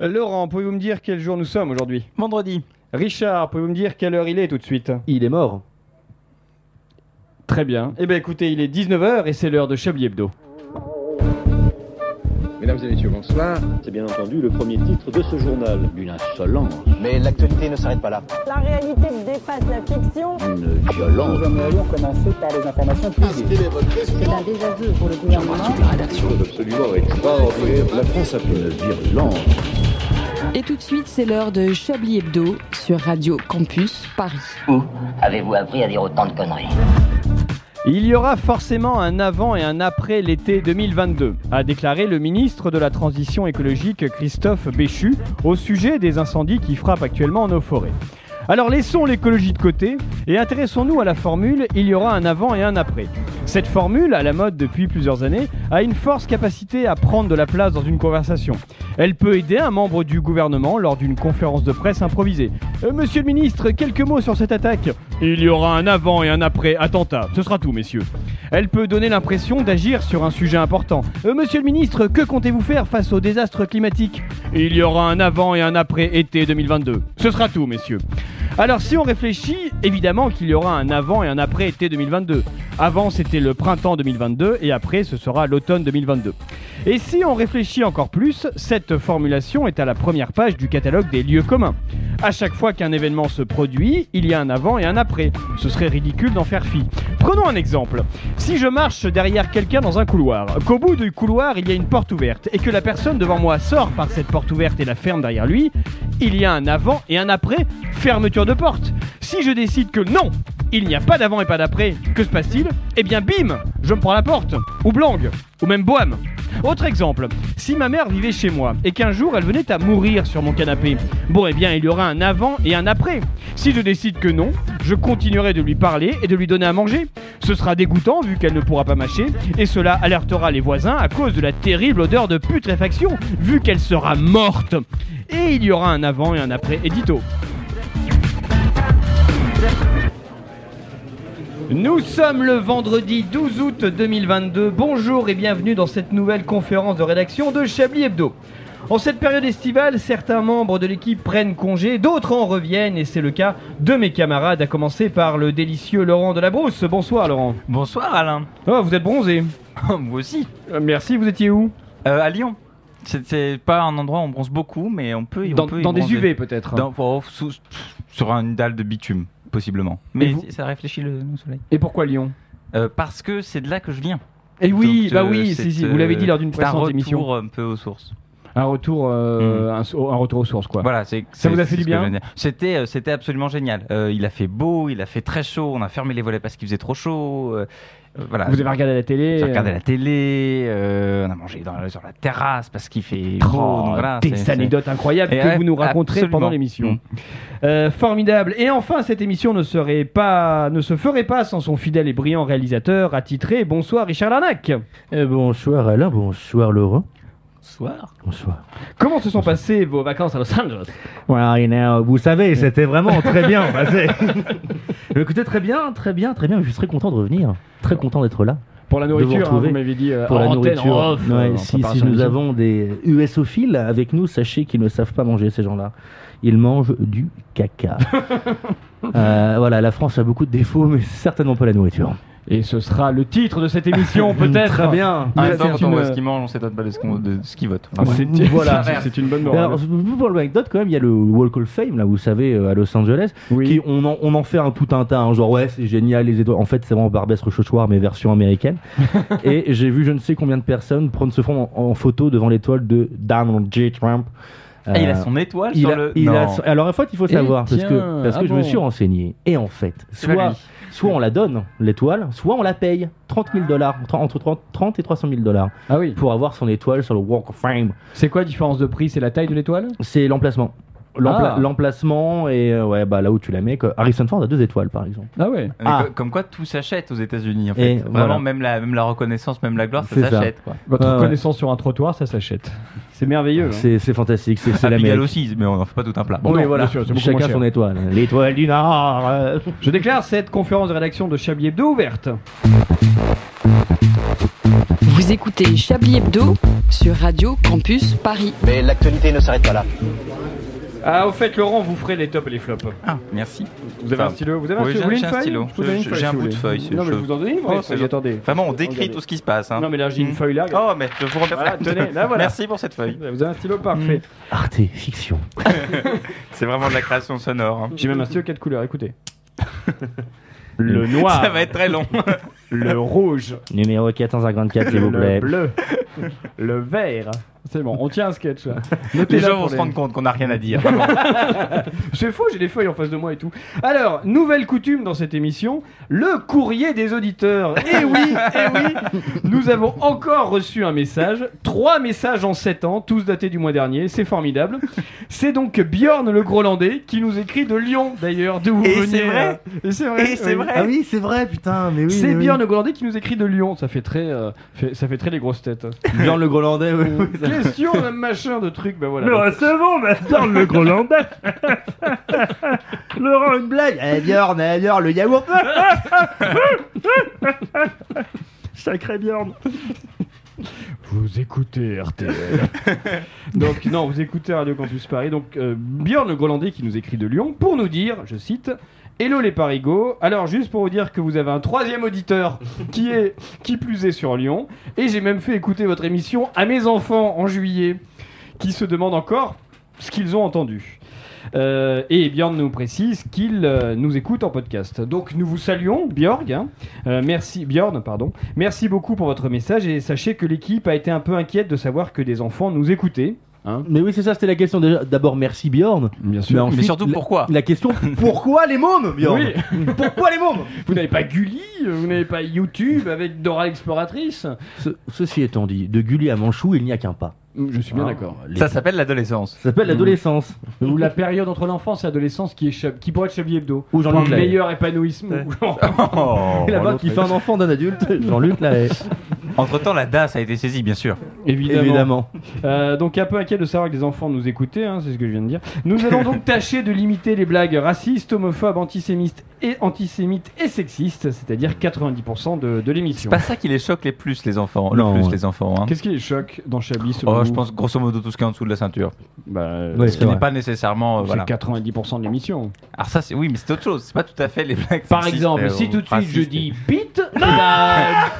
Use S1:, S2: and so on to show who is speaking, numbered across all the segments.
S1: Euh, Laurent, pouvez-vous me dire quel jour nous sommes aujourd'hui
S2: Vendredi.
S1: Richard, pouvez-vous me dire quelle heure il est tout de suite
S3: Il est mort.
S1: Très bien. Eh bien écoutez, il est 19h et c'est l'heure de Chablis Hebdo.
S4: Mesdames et messieurs, bonsoir.
S5: C'est bien entendu le premier titre de ce journal.
S6: Une insolence,
S7: Mais l'actualité ne s'arrête pas là.
S8: La réalité dépasse la fiction.
S6: une violence.
S9: Nous aimerions commencer par les informations privées.
S10: C'est un désaveu pour le gouvernement.
S6: La rédaction est absolument extraordinaire. La France a fait une virulence.
S11: Et tout de suite, c'est l'heure de Chablis Hebdo sur Radio Campus Paris.
S12: Où avez-vous appris à dire autant de conneries
S1: Il y aura forcément un avant et un après l'été 2022, a déclaré le ministre de la Transition écologique Christophe Béchu au sujet des incendies qui frappent actuellement nos forêts. Alors laissons l'écologie de côté et intéressons-nous à la formule il y aura un avant et un après. Cette formule, à la mode depuis plusieurs années, a une force capacité à prendre de la place dans une conversation. Elle peut aider un membre du gouvernement lors d'une conférence de presse improvisée. Euh, monsieur le ministre, quelques mots sur cette attaque Il y aura un avant et un après attentat. Ce sera tout, messieurs. Elle peut donner l'impression d'agir sur un sujet important. Euh, monsieur le ministre, que comptez-vous faire face au désastre climatique Il y aura un avant et un après été 2022. Ce sera tout, messieurs. Alors si on réfléchit, évidemment qu'il y aura un avant et un après été 2022. Avant c'était le printemps 2022 et après ce sera l'automne 2022. Et si on réfléchit encore plus, cette formulation est à la première page du catalogue des lieux communs. À chaque fois qu'un événement se produit, il y a un avant et un après. Ce serait ridicule d'en faire fi. Prenons un exemple. Si je marche derrière quelqu'un dans un couloir, qu'au bout du couloir il y a une porte ouverte et que la personne devant moi sort par cette porte ouverte et la ferme derrière lui, il y a un avant et un après fermeture de porte. Si je décide que non, il n'y a pas d'avant et pas d'après, que se passe-t-il Eh bien bim, je me prends la porte, ou blangue, ou même bohème. Autre exemple, si ma mère vivait chez moi et qu'un jour elle venait à mourir sur mon canapé, bon eh bien il y aura un avant et un après. Si je décide que non, je continuerai de lui parler et de lui donner à manger. Ce sera dégoûtant vu qu'elle ne pourra pas mâcher et cela alertera les voisins à cause de la terrible odeur de putréfaction vu qu'elle sera morte. Et il y aura un avant et un après édito. Nous sommes le vendredi 12 août 2022. Bonjour et bienvenue dans cette nouvelle conférence de rédaction de Chablis Hebdo. En cette période estivale, certains membres de l'équipe prennent congé, d'autres en reviennent et c'est le cas de mes camarades, à commencer par le délicieux Laurent Delabrousse. Bonsoir Laurent.
S2: Bonsoir Alain.
S1: Oh, vous êtes bronzé.
S2: Oh, Moi aussi.
S1: Euh, merci, vous étiez où
S2: Euh, à Lyon. C'était pas un endroit où on bronze beaucoup, mais on peut y
S1: Dans,
S2: on peut y
S1: dans des
S2: bronzer.
S1: UV peut-être.
S2: Dans- oh, sous- sur une dalle de bitume, possiblement. Mais
S1: vous-
S2: ça réfléchit le, le soleil.
S1: Et pourquoi Lyon
S2: Euh, parce que c'est de là que je viens.
S1: Eh oui,
S2: Donc,
S1: bah
S2: euh,
S1: oui,
S2: c'est,
S1: si, si,
S2: euh,
S1: vous l'avez dit lors d'une
S2: C'est un
S1: précédente
S2: retour
S1: émission.
S2: un peu aux sources.
S1: Un retour, euh, un, un retour aux sources quoi.
S2: Voilà, c'est
S1: Ça
S2: c'est-
S1: vous a fait
S2: c'est
S1: du
S2: ce que
S1: bien
S2: je viens de dire. C'était euh, c'était absolument génial. Euh, il a fait beau, il a fait très chaud. On a fermé les volets parce qu'il faisait trop chaud. euh, euh, voilà.
S1: Vous avez regardé la télé
S2: J'ai
S1: euh,
S2: regardé la télé, euh, on a mangé dans la- sur la terrasse parce qu'il fait
S1: Oh,
S2: beau. donc voilà, c'est-
S1: des
S2: c'est-
S1: anecdotes incroyables
S2: Et
S3: Eh
S1: que
S2: ouais,
S1: vous nous
S3: ah,
S1: raconterez
S2: absolument.
S1: pendant l'émission.
S2: Mm.
S1: Euh, formidable. Et enfin, cette émission ne serait pas, ne se ferait pas sans son fidèle et brillant réalisateur attitré. Bonsoir Richard Larnac.
S3: Eh, bonsoir Alain, bonsoir Laurent.
S2: Bonsoir.
S3: Bonsoir.
S1: Comment se sont passées vos vacances à Los Angeles
S3: Voilà, et now, vous savez, c'était vraiment très bien. passé. Écoutez, très bien, très bien, très bien. Je suis très content de revenir. Très content d'être là.
S1: Pour la
S3: vous
S1: nourriture, hein, vous,
S3: retrouver.
S1: m'avez dit euh,
S3: Pour
S1: en
S3: la
S1: antenne,
S3: nourriture.
S1: en off,
S3: Ouais,
S1: euh, en
S3: si si
S1: préparation
S3: nous
S1: d'émission.
S3: avons des USophiles avec nous, sachez qu'ils ne savent pas manger, ces gens-là. Ils mangent du caca. Euh, voilà, la France a beaucoup de défauts, mais certainement pas la nourriture.
S1: Et ce sera le titre de cette émission peut-être.
S3: Très bien.
S2: En
S1: Mais
S2: même temps,
S1: c'est
S2: quand
S1: une-
S2: on voit ce qu'il mange, on s'étonne pas de ce, qu'on- de ce qu'il vote. Enfin,
S1: Ah, C'est
S3: Ouais. Voilà.
S1: c'est- c'est une bonne morale.
S3: Alors, pour l'anecdote, quand même, il y a le Walk of Fame, là, vous savez, euh, à Los Angeles,
S1: Oui.
S3: qui on en, on en fait un tout un tas, hein, genre ouais, c'est génial, les étoiles. En fait, c'est vraiment Barbès Rochechouart, mais version américaine. et j'ai vu je ne sais combien de personnes prendre ce fond en, en photo devant l'étoile de Donald J. Trump. Euh,
S2: Ah, il a son étoile
S3: il
S2: sur
S3: a-
S2: le.
S3: il a
S2: Non.
S3: son- Alors, en fait, il faut
S1: Eh,
S3: savoir,
S1: tiens,
S3: parce que, parce que
S1: ah
S3: je me
S1: bon.
S3: suis renseigné. Et en fait,
S2: C'est pas
S3: soit,
S2: lui.
S3: soit on la donne, l'étoile, soit on la paye, 30 000 dollars, entre 30, 30 et 300 000 dollars,
S1: Ah oui.
S3: pour avoir son étoile sur le Walk of Fame.
S1: C'est quoi la différence de prix C'est la taille de l'étoile
S3: C'est l'emplacement. L'empla-
S1: Ah.
S3: L'emplacement et euh, ouais, bah, là où tu la mets. quoi. Harrison Ford a deux étoiles par exemple.
S1: Ah ouais.
S2: Mais
S3: Ah.
S2: co- Comme quoi, tout s'achète aux États-Unis. En fait.
S3: Et
S2: Vraiment,
S3: voilà.
S2: même, la, même la reconnaissance, même la gloire, ça
S3: C'est ça.
S2: s'achète. quoi.
S1: Votre
S3: Ah Ouais, Ah ouais.
S1: connaissance sur un trottoir, ça s'achète. C'est merveilleux. hein.
S3: C'est c'est fantastique, c'est c'est
S2: Ah,
S3: la
S2: Pigalle
S3: meilleure.
S2: aussi, mais on n'en fait pas tout un plat. Bon,
S1: Bon,
S3: oui,
S1: non,
S3: voilà,
S1: bien sûr, c'est beaucoup moins
S3: chacun
S1: cher.
S3: son étoile. L'étoile du Nord. euh.
S1: Je déclare cette conférence de rédaction de Chablis Hebdo ouverte.
S11: Vous écoutez Chablis Hebdo sur Radio Campus Paris.
S13: Mais l'actualité ne s'arrête pas là.
S1: Ah, au fait, Laurent, vous ferez les tops et les flops.
S2: Ah, merci.
S1: Vous avez
S2: Enfin,
S1: un stylo Vous avez un stylo Vous
S2: oui, j'ai-
S1: voulez
S2: j'ai
S1: une
S2: un
S1: feuille
S2: stylo.
S1: Je vous donne une
S2: Je- j'ai
S1: feuille,
S2: un
S1: si
S2: bout
S1: vous
S2: de
S1: voulez.
S2: feuille, si
S1: Non, mais
S2: je-
S1: je vous en donne une vraie
S2: Ouais, c'est
S1: feuille,
S2: gentil.
S1: Attendez.
S2: Vraiment, on décrit
S1: Regardez.
S2: tout ce qui se passe. hein.
S1: Non, mais là, j'ai une
S2: Mm.
S1: feuille là.
S2: Oh, mais je vous remercie.
S1: Voilà, tenez, là, voilà. Bah,
S2: Merci Mmh. pour cette feuille.
S1: Vous avez un stylo parfait.
S3: Arte, fiction.
S2: C'est vraiment de la création sonore. hein.
S1: J'ai même un stylo quatre couleurs, écoutez. Le noir,
S3: Ah.
S2: Ça va être très long.
S1: le rouge,
S3: Numéro 1454, s'il vous
S1: le
S3: plaît.
S1: bleu, le vert. C'est bon, on tient un sketch là.
S2: Les
S1: Notez-la
S2: gens
S1: pour
S2: vont se rendre compte qu'on n'a rien à dire.
S1: C'est faux, j'ai des feuilles en face de moi et tout. Alors, nouvelle coutume dans cette émission, le courrier des auditeurs. Eh oui, eh oui, nous avons encore reçu un message, trois messages en sept ans, tous datés du mois dernier, c'est formidable. C'est donc Bjorn le Grolandais qui nous écrit de Lyon d'ailleurs, d'où vous
S2: Et
S1: venez,
S2: c'est vrai.
S1: euh, Et c'est vrai.
S2: Et c'est
S1: oui.
S2: vrai.
S14: Ah oui, c'est vrai, putain, mais oui.
S1: C'est
S14: mais oui.
S1: Bjorn le Grolandais qui nous écrit de Lyon, ça fait très, euh, fait- ça fait très les grosses têtes.
S3: Bjorn le Grolandais, oui.
S14: Oh.
S3: oui, ça-
S1: Question, machin de truc, ben voilà.
S3: recevons maintenant le Grolandais Laurent, une blague
S14: Eh Bjorn, eh Bjorn, le yaourt.
S3: Sacré Bjorn
S1: Vous écoutez RTL. donc, non, vous écoutez Radio Campus Paris. Donc, euh, Bjorn le Grolandais qui nous écrit de Lyon pour nous dire, je cite. Hello les parigots. Alors juste pour vous dire que vous avez un troisième auditeur qui est qui plus est sur Lyon et j'ai même fait écouter votre émission à mes enfants en juillet qui se demandent encore ce qu'ils ont entendu. Euh, et Bjorn nous précise qu'il euh, nous écoute en podcast. Donc nous vous saluons Bjorg. hein. Euh, merci Bjorn, pardon. Merci beaucoup pour votre message et sachez que l'équipe a été un peu inquiète de savoir que des enfants nous écoutaient. Hein
S3: Mais oui, c'est ça, c'était la question. Déjà, D'abord, merci Bjorn.
S1: Bien
S3: Mais,
S2: Mais
S3: ensuite,
S2: surtout,
S3: la-
S2: pourquoi
S3: La question, pourquoi les mômes, Bjorn
S1: Oui,
S3: Pourquoi les mômes
S1: vous n'avez pas Gulli, vous n'avez pas YouTube avec Dora l'exploratrice.
S3: Ce- Ceci étant dit, de Gulli à Manchou, il n'y a qu'un pas.
S1: Je suis bien
S3: Ah,
S1: d'accord.
S3: les-
S2: Ça
S3: Ça
S2: s'appelle l'adolescence.
S3: s'appelle l'adolescence.
S1: Ou la période entre l'enfance et l'adolescence qui, est chab- qui pourrait être Chablis Hebdo.
S3: Ou
S1: Pour
S3: Jean-Luc
S1: un
S3: Lahaye.
S1: meilleur épanouissement.
S2: Oh.
S3: Et là-bas, qui fait un enfant d'un adulte, Jean-Luc Lahaye.
S2: Entre temps, la DAS a été saisie, bien sûr.
S1: Évidemment.
S3: Évidemment.
S1: Euh, donc un peu inquiet de savoir que des enfants nous écoutaient, hein, c'est ce que je viens de dire. Nous allons donc tâcher de limiter les blagues racistes, homophobes, antisémites et antisémites et sexistes, c'est-à-dire 90% de, de
S2: C'est
S1: l'émission.
S2: pas ça qui les choque les plus, les enfants.
S3: Non,
S2: le plus,
S3: ouais.
S2: les enfants. hein.
S1: Qu'est-ce qui les choque dans Chablis selon
S2: Oh, je
S1: vous
S2: pense grosso modo tout ce qui est en dessous de la ceinture.
S1: Bah,
S3: Ouais,
S1: c'est
S2: Ce qui
S3: vrai.
S2: n'est pas nécessairement. euh, voilà.
S1: 90% de l'émission.
S2: Alors, ça, c'est. Oui, mais c'est autre chose. C'est pas tout à fait les blagues.
S1: Par
S2: sexistes,
S1: exemple,
S2: euh,
S1: si tout de suite
S2: racistes.
S1: je dis Pete, bah,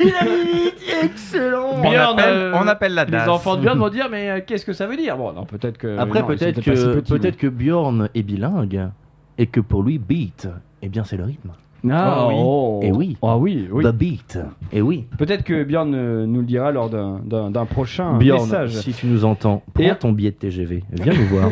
S14: Il a limite, excellent.
S2: On
S1: Bjorn,
S2: appelle,
S1: euh,
S2: on appelle la DAS.
S1: les enfants de Bjorn vont dire mais euh, qu'est-ce que ça veut dire Bon, non, peut-être que
S3: Après,
S1: non,
S3: peut-être
S1: c'était pas si
S3: que,
S1: petit, mais-
S3: peut-être que Bjorn est bilingue et que pour lui, beat, eh bien, c'est le rythme.
S1: Ah
S2: Ah oui.
S1: oh.
S3: Eh oui.
S1: Ah oui, oui.
S3: The beat. Et oui.
S1: Peut-être que Bjorn euh, nous le dira lors d'un- d'un d'un prochain
S3: Bjorn,
S1: Ah, message
S3: si tu nous entends, prends
S1: Et-
S3: ton billet de TGV. Viens nous voir.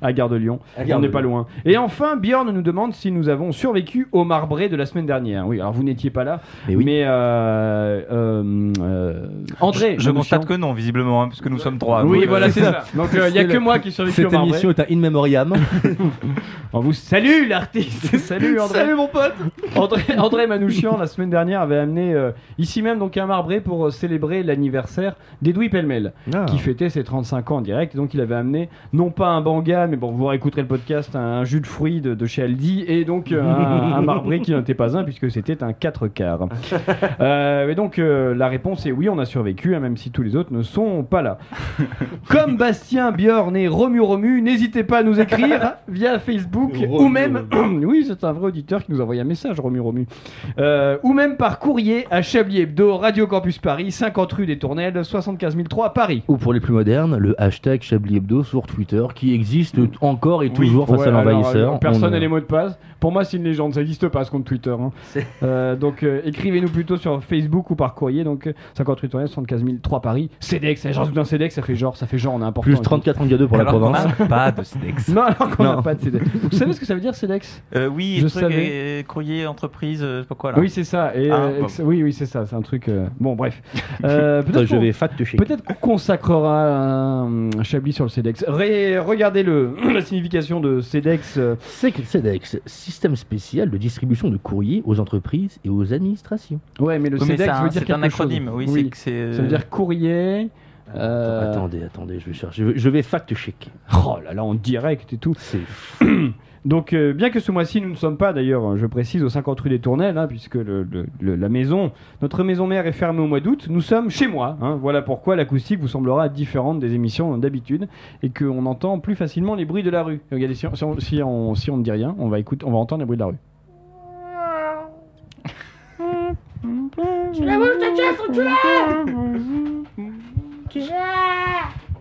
S1: à Gare de Lyon.
S3: À Gare
S1: On
S3: de
S1: n'est pas
S3: Lyon.
S1: loin. Et enfin, Bjorn nous demande si nous avons survécu au marbré de la semaine dernière. Oui, alors vous n'étiez pas là,
S3: Et Eh oui.
S1: mais euh, euh, euh, André,
S2: Je
S1: nous
S2: constate
S1: étions-
S2: que non, visiblement, hein, puisque nous sommes trois.
S1: Oui,
S2: Vous,
S1: voilà,
S2: euh,
S1: c'est ça. Donc euh, il n'y a que moi qui survécu au
S3: Cette
S1: marbré.
S3: émission est un in memoriam.
S1: On vous salue l'artiste. Salut André.
S3: mon pote
S1: André, André Manouchian, la semaine dernière, avait amené euh, ici même donc un marbré pour euh, célébrer l'anniversaire d'Edoui Pellemel,
S3: Ah.
S1: qui fêtait ses 35 ans en direct. Et Donc il avait amené, non pas un banga, mais bon, vous réécouterez le podcast, un, un jus de fruits de, de chez Aldi, et donc euh, un, un marbré qui n'en était pas un, puisque c'était un 4 quarts. Euh, et donc euh, la réponse est oui, on a survécu, hein, même si tous les autres ne sont pas là. Comme Bastien, Bjorn et Romu Romu, n'hésitez pas à nous écrire via Facebook ou même. oui, c'est un vrai auditeur qui nous envoie un message, Romu Romu. Euh, ou même par courrier à Chablis Hebdo, Radio Campus Paris, 50 rue des Tournelles, 75 003 Paris.
S3: Ou pour les plus modernes, le hashtag Chablis Hebdo sur Twitter qui existe encore et
S1: Oui,
S3: toujours face
S1: ouais,
S3: à
S1: alors,
S3: l'envahisseur.
S1: euh, Personne
S3: On,
S1: n'a
S3: euh,
S1: les mots de passe. Pour moi, c'est une légende. Ça n'existe pas ce compte Twitter. hein. Euh, donc, euh, écrivez-nous plutôt sur Facebook ou par courrier. Donc, euh, 58 Tourelles, 75 000, 3 Paris. eh, CDEX, ça genre d'un CDEX, ça fait genre, ça fait genre, on a important.
S3: Plus 34 32 pour la
S2: alors qu'on
S1: ah,
S3: province.
S2: n'a pas de Sidex.
S1: Non, alors qu'on
S3: Non.
S1: n'a pas de CDEX. Vous savez ce que ça veut dire, CDEX
S2: Euh, oui,
S1: Je
S2: truc,
S1: savais.
S2: euh, courrier, entreprise, euh, je sais pas quoi là.
S1: Oui, c'est ça. Et,
S2: Ah,
S1: euh,
S2: bon.
S1: ex- Oui, oui, c'est ça. C'est un truc. euh, Bon, bref. Euh, peut-être
S3: Attends, Je
S1: qu'on-
S3: vais fact checker.
S1: Peut-être qu'on consacrera un, un Chablis sur le CEDEX. Ré- regardez le, la signification de CEDEX. euh,
S3: C'est que le CEDEX, système spécial de distribution de courrier aux entreprises et aux administrations.
S1: Ouais, mais le
S2: Oui, mais
S1: CEDEX
S2: c'est un-
S1: veut dire
S2: c'est un
S1: quelque chose.
S2: acronyme. Oui, c'est que c'est. euh,
S1: Ça veut dire courrier. euh, euh,
S3: Attendez, attendez, je vais chercher. Je vais- Je vais fact checker.
S1: Oh là là, en direct et tout.
S3: C'est
S1: Donc, euh, bien que ce mois-ci, nous ne sommes pas, d'ailleurs, hein, je précise, au 50 rue des Tournelles, hein, puisque le- le- le- la maison, notre maison mère est fermée au mois d'août, nous sommes chez moi. hein. voilà pourquoi l'acoustique vous semblera différente des émissions d'habitude et qu'on entend plus facilement les bruits de la rue. Regardez, si on, si on- si on- si on ne dit rien, on va, écouter, on va entendre les bruits de la rue.
S15: Tu la bouges, ta chasse, tu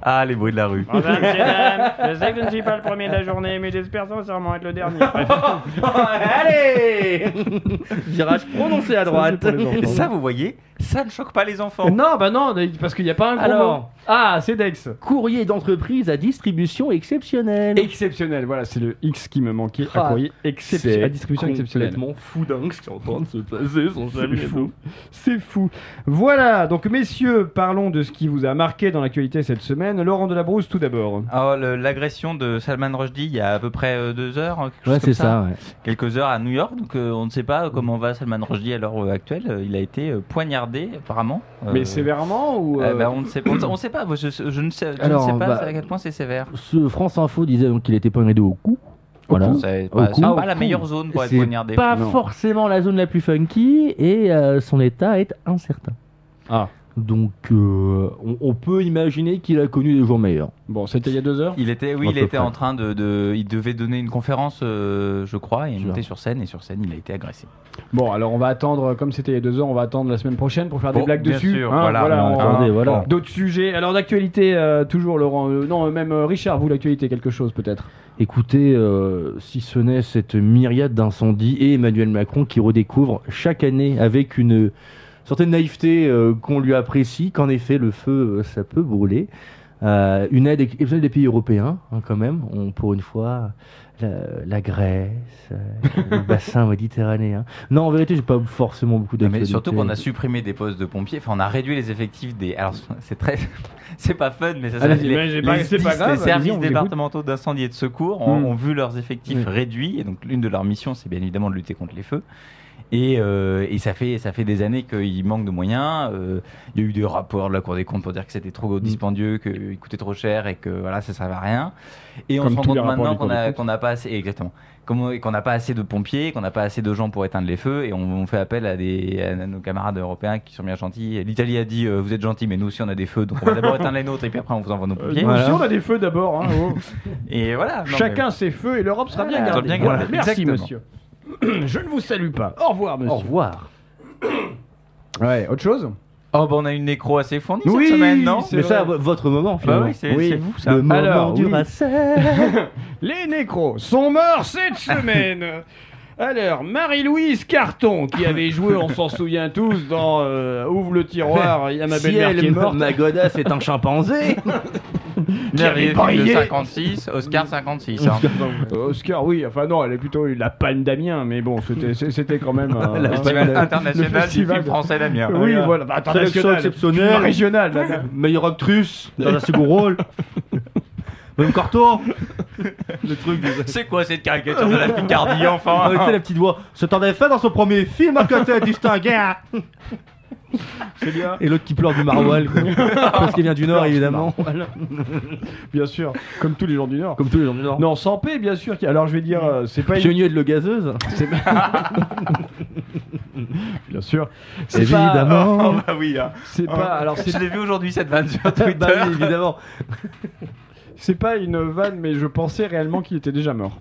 S2: Ah, les bruits de la rue.
S1: Madame, mesdames, je sais que je ne suis pas le premier de la journée, mais j'espère sincèrement être le dernier.
S3: Allez Virage prononcé à droite.
S2: Et ça, vous voyez, ça ne choque pas les enfants.
S1: Non, bah non, parce qu'il n'y a pas un gros
S3: Alors.
S1: mot. Ah, c'est Dex.
S3: Courrier d'entreprise à distribution exceptionnelle.
S1: Exceptionnel, voilà, c'est le X qui me manquait à
S3: Ah,
S1: courrier exceptionnel, à distribution exceptionnelle.
S3: complètement fou dingue ce qui est en train de se passer sans
S1: C'est
S3: jamais
S1: fou. C'est fou. Voilà, donc messieurs, parlons de ce qui vous a marqué dans l'actualité cette semaine. Laurent Delabrousse, tout d'abord.
S2: Alors, Ah, le- l'agression de Salman Rushdie il y a à peu près euh, deux heures, hein, quelque chose
S3: Ouais,
S2: comme
S3: c'est ça. ouais.
S2: Quelques heures à New York, donc euh, on ne sait pas comment va Salman Rushdie à l'heure euh, actuelle. Euh, Il a été euh, poignardé, apparemment. Euh,
S1: Mais sévèrement ou.
S2: euh,
S1: euh,
S2: bah, on ne sait pas. on ne sait- On ne sait pas. Je, je- je ne sais, je
S3: Alors,
S2: ne sais pas
S3: bah,
S2: à quel point c'est sévère.
S3: Ce France Info disait donc qu'il était poignardé au cou. Voilà.
S2: C'est
S3: Au
S2: pas,
S3: cou.
S2: c'est
S3: Ah, au
S2: pas la
S3: cou.
S2: meilleure zone pour être
S3: C'est
S2: poignardé.
S3: pas
S1: Non.
S3: forcément la zone la plus funky et euh, son état est incertain.
S1: Ah.
S3: Donc euh, on, on peut imaginer qu'il a connu des jours meilleurs.
S1: Bon, c'était il y a deux heures
S2: Il était, oui,
S3: À
S2: il
S3: peu
S2: était
S3: près.
S2: en train de, de- il devait donner une conférence, euh, je crois, et
S3: Sûr.
S2: monter sur scène. Et sur scène, il a été agressé.
S1: Bon, alors on va attendre, comme c'était il y a deux heures, on va attendre la semaine prochaine pour faire des
S2: Bon,
S1: blagues
S2: bien
S1: dessus.
S2: sûr,
S1: hein,
S2: voilà,
S1: voilà,
S2: on-
S1: on-
S3: Attendez, voilà.
S1: D'autres sujets. Alors d'actualité, euh, toujours Laurent. euh, non, euh, même euh, Richard, vous l'actualité, quelque chose peut-être.
S3: Écoutez, euh, si ce n'est cette myriade d'incendies et Emmanuel Macron qui redécouvre chaque année avec une certaine naïveté euh, qu'on lui apprécie qu'en effet le feu euh, ça peut brûler. Euh, une aide exceptionnelle des pays européens hein, quand même. On, pour une fois, la, la Grèce, euh, le bassin méditerranéen. Non, en vérité, j'ai pas forcément beaucoup
S2: Non, mais
S3: d'actualité.
S2: surtout qu'on a supprimé des postes de pompiers. Enfin, on a réduit les effectifs des. Alors, c'est très, c'est pas fun, mais ça.
S1: Allez-y,
S2: les-
S1: Ah, mais j'ai
S2: les
S1: pas- c'est
S2: SDIS,
S1: pas grave,
S2: les
S1: allez-y, on
S2: services
S1: vous écoute.
S2: départementaux d'incendie et de secours ont,
S1: Mm.
S2: ont vu leurs effectifs
S3: Oui.
S2: réduits. Et donc, l'une de leurs missions, c'est bien évidemment de lutter contre les feux. Et, euh, et ça fait ça fait des années qu'il manque de moyens. Euh, il y a eu des rapports de la Cour des comptes pour dire que c'était
S1: Mm.
S2: trop dispendieux, qu'il coûtait trop cher et que voilà, ça servait à rien. Et on
S1: Comme
S2: se rend
S1: tous
S2: compte
S1: les rapports
S2: maintenant
S1: du Cour
S2: qu'on
S1: des
S2: a
S1: comptes.
S2: qu'on n'a pas assez exactement Comment- et qu'on n'a pas assez de pompiers, qu'on n'a pas assez de gens pour éteindre les feux, et on, on fait appel à, des, à nos camarades européens qui sont bien gentils. L'Italie a dit euh, vous êtes gentils, mais nous aussi on a des feux, donc on va d'abord éteindre les nôtres, et puis après on vous envoie nos pompiers.
S1: Nous aussi, on a des feux d'abord. hein, oh.
S2: Et voilà. non, mais-
S1: Chacun ses feux et l'Europe sera bien
S2: Voilà,
S1: gardée.
S2: bien gardée,
S1: Voilà, Merci
S2: exactement.
S1: monsieur. Je ne vous salue pas. Au revoir monsieur.
S3: Au revoir.
S1: Ouais, autre chose
S2: Oh, bah on a une nécro assez fournie
S1: Oui,
S2: cette semaine, non
S1: c'est-
S3: Mais ça,
S1: vrai.
S3: v- votre moment finalement.
S2: Bah oui, c'est- c'est vous, ça.
S3: Le moment
S1: Alors,
S3: du
S1: oui.
S3: Racel.
S1: Les nécros sont morts cette semaine. Alors, Marie-Louise Carton, qui avait joué, on s'en souvient tous, dans euh, Ouvre le tiroir, il y a ma
S3: si
S1: belle-mère
S3: elle
S1: qui est morte.
S3: Ma godasse est un chimpanzé.
S2: Merveilleux
S1: Thierry
S2: film de
S1: Breillet.
S2: 56, Oscar 56. hein.
S1: Euh, Oscar, oui, enfin non, elle a plutôt eu la panne d'Amiens, mais bon, c'était- c'était quand même. un-
S2: Le festival international
S1: Ah, le festival
S2: du film français d'Amiens.
S1: Oui, voilà, bah, international,
S3: exceptionnelle.
S1: film régional. madame.
S3: meilleure actrice dans un second rôle. Même Corto Le truc des...
S2: C'est quoi cette caricature de la Picardie,
S1: Ah,
S2: enfin
S3: Avec Ah, la petite voix, se tendait fait dans son premier film à côté distingué. hein.
S1: C'est bien.
S3: Et l'autre qui pleure du maroilles quoi. parce qu'il vient du Nord évidemment.
S1: Bien sûr, comme tous les gens du Nord.
S3: Comme tous les gens du Nord.
S1: Non, sans paix, bien sûr. qui- Alors, je vais dire, euh, c'est pas une-
S3: Pionnier de l'eau gazeuse.
S1: Bien sûr. C'est pas-
S3: Évidemment.
S2: Ah oui, hein.
S1: C'est pas. Alors, c'est
S2: je l'ai vu aujourd'hui cette vanne sur Twitter.
S3: Bah oui, évidemment.
S1: C'est pas une vanne, mais je pensais réellement qu'il était déjà mort.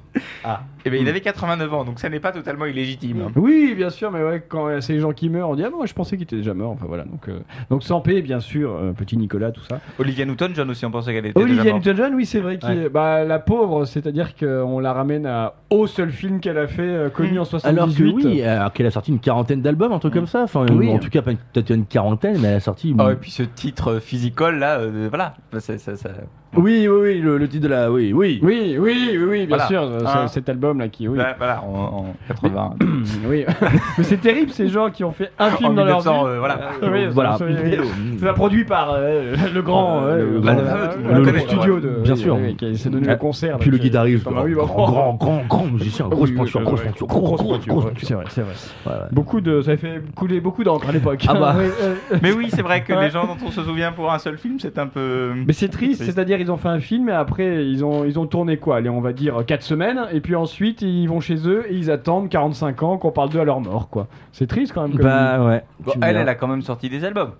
S2: Eh ben, il avait 89 ans, donc ça n'est pas totalement
S3: Hein.
S2: illégitime. hein.
S1: Oui, bien sûr, mais ouais, quand euh, c'est les gens qui meurent, on dit Ah, moi, je pensais qu'il était déjà mort. Enfin, voilà. Donc, euh, donc sans paix, bien sûr, euh, petit Nicolas, tout ça.
S2: Olivia Newton-John aussi, on pensait qu'elle était déjà
S1: Olivia
S2: morte.
S1: Newton-John, oui, c'est vrai. Qui
S3: Ouais.
S1: est- bah, la pauvre, c'est-à-dire qu'on la ramène à, au seul film qu'elle a fait, euh, connu en 78.
S3: Hmm. Alors que oui, alors qu'elle a sorti une quarantaine d'albums, un truc comme ça. Enfin,
S1: Mm. Oui. Ah
S3: en tout cas, pas une- peut-être une quarantaine, mais elle a sorti.
S2: Oh, et puis ce titre euh, physical là, euh, voilà. Bah, ça- ça- ça-
S3: Oui, oui, oui, le, le titre de la. Oui, oui.
S1: Oui, oui, oui, oui, bien
S2: Voilà.
S1: sûr, euh,
S2: Hein.
S3: Ah.
S1: c'est- cet album-là qui, oui,
S2: Bah, voilà, en, en 80.
S1: oui. Mais c'est terrible ces gens qui ont fait un film
S2: en
S1: dans leur
S2: 1900,
S1: vie.
S2: euh, voilà.
S1: Oui,
S3: Voilà. Mm.
S1: ça, ça, oui. C'est produit par euh, le grand,
S3: Euh,
S1: euh,
S2: grand-
S3: le
S1: voilà,
S2: le-
S1: voilà,
S2: le-
S1: le
S2: le-
S1: studio de,
S3: Bien sûr.
S1: qui s'est donné
S3: Ah,
S1: le concert.
S3: Puis le
S1: donc, euh,
S3: guitariste,
S1: Thomas, oui, bah,
S3: grand, grand, grand, grand musicien, grosse
S1: oui,
S3: pointure,
S1: oui,
S3: grosse
S1: oui.
S3: pointure, grosse pointure, grosse
S1: ouais, C'est
S3: pointure.
S1: vrai, c'est vrai.
S3: Ouais, ouais.
S1: Beaucoup de, ça a fait couler beaucoup d'encre à l'époque.
S3: Ah bah.
S1: Oui, euh,
S2: Mais oui, c'est vrai que
S1: Ouais.
S2: les gens dont on se souvient pour un seul film, c'est un peu.
S1: Mais c'est triste, c'est-à-dire ils ont fait un film et après ils ont ils ont tourné quoi Allez, on va dire 4 semaines prennent, et puis ensuite ils vont chez eux et ils attendent 45 ans qu'on parle d'eux à leur mort, quoi. C'est triste quand même. comme
S3: Bah
S1: idée.
S3: ouais.
S2: Bon, elle, elle a quand même sorti des albums.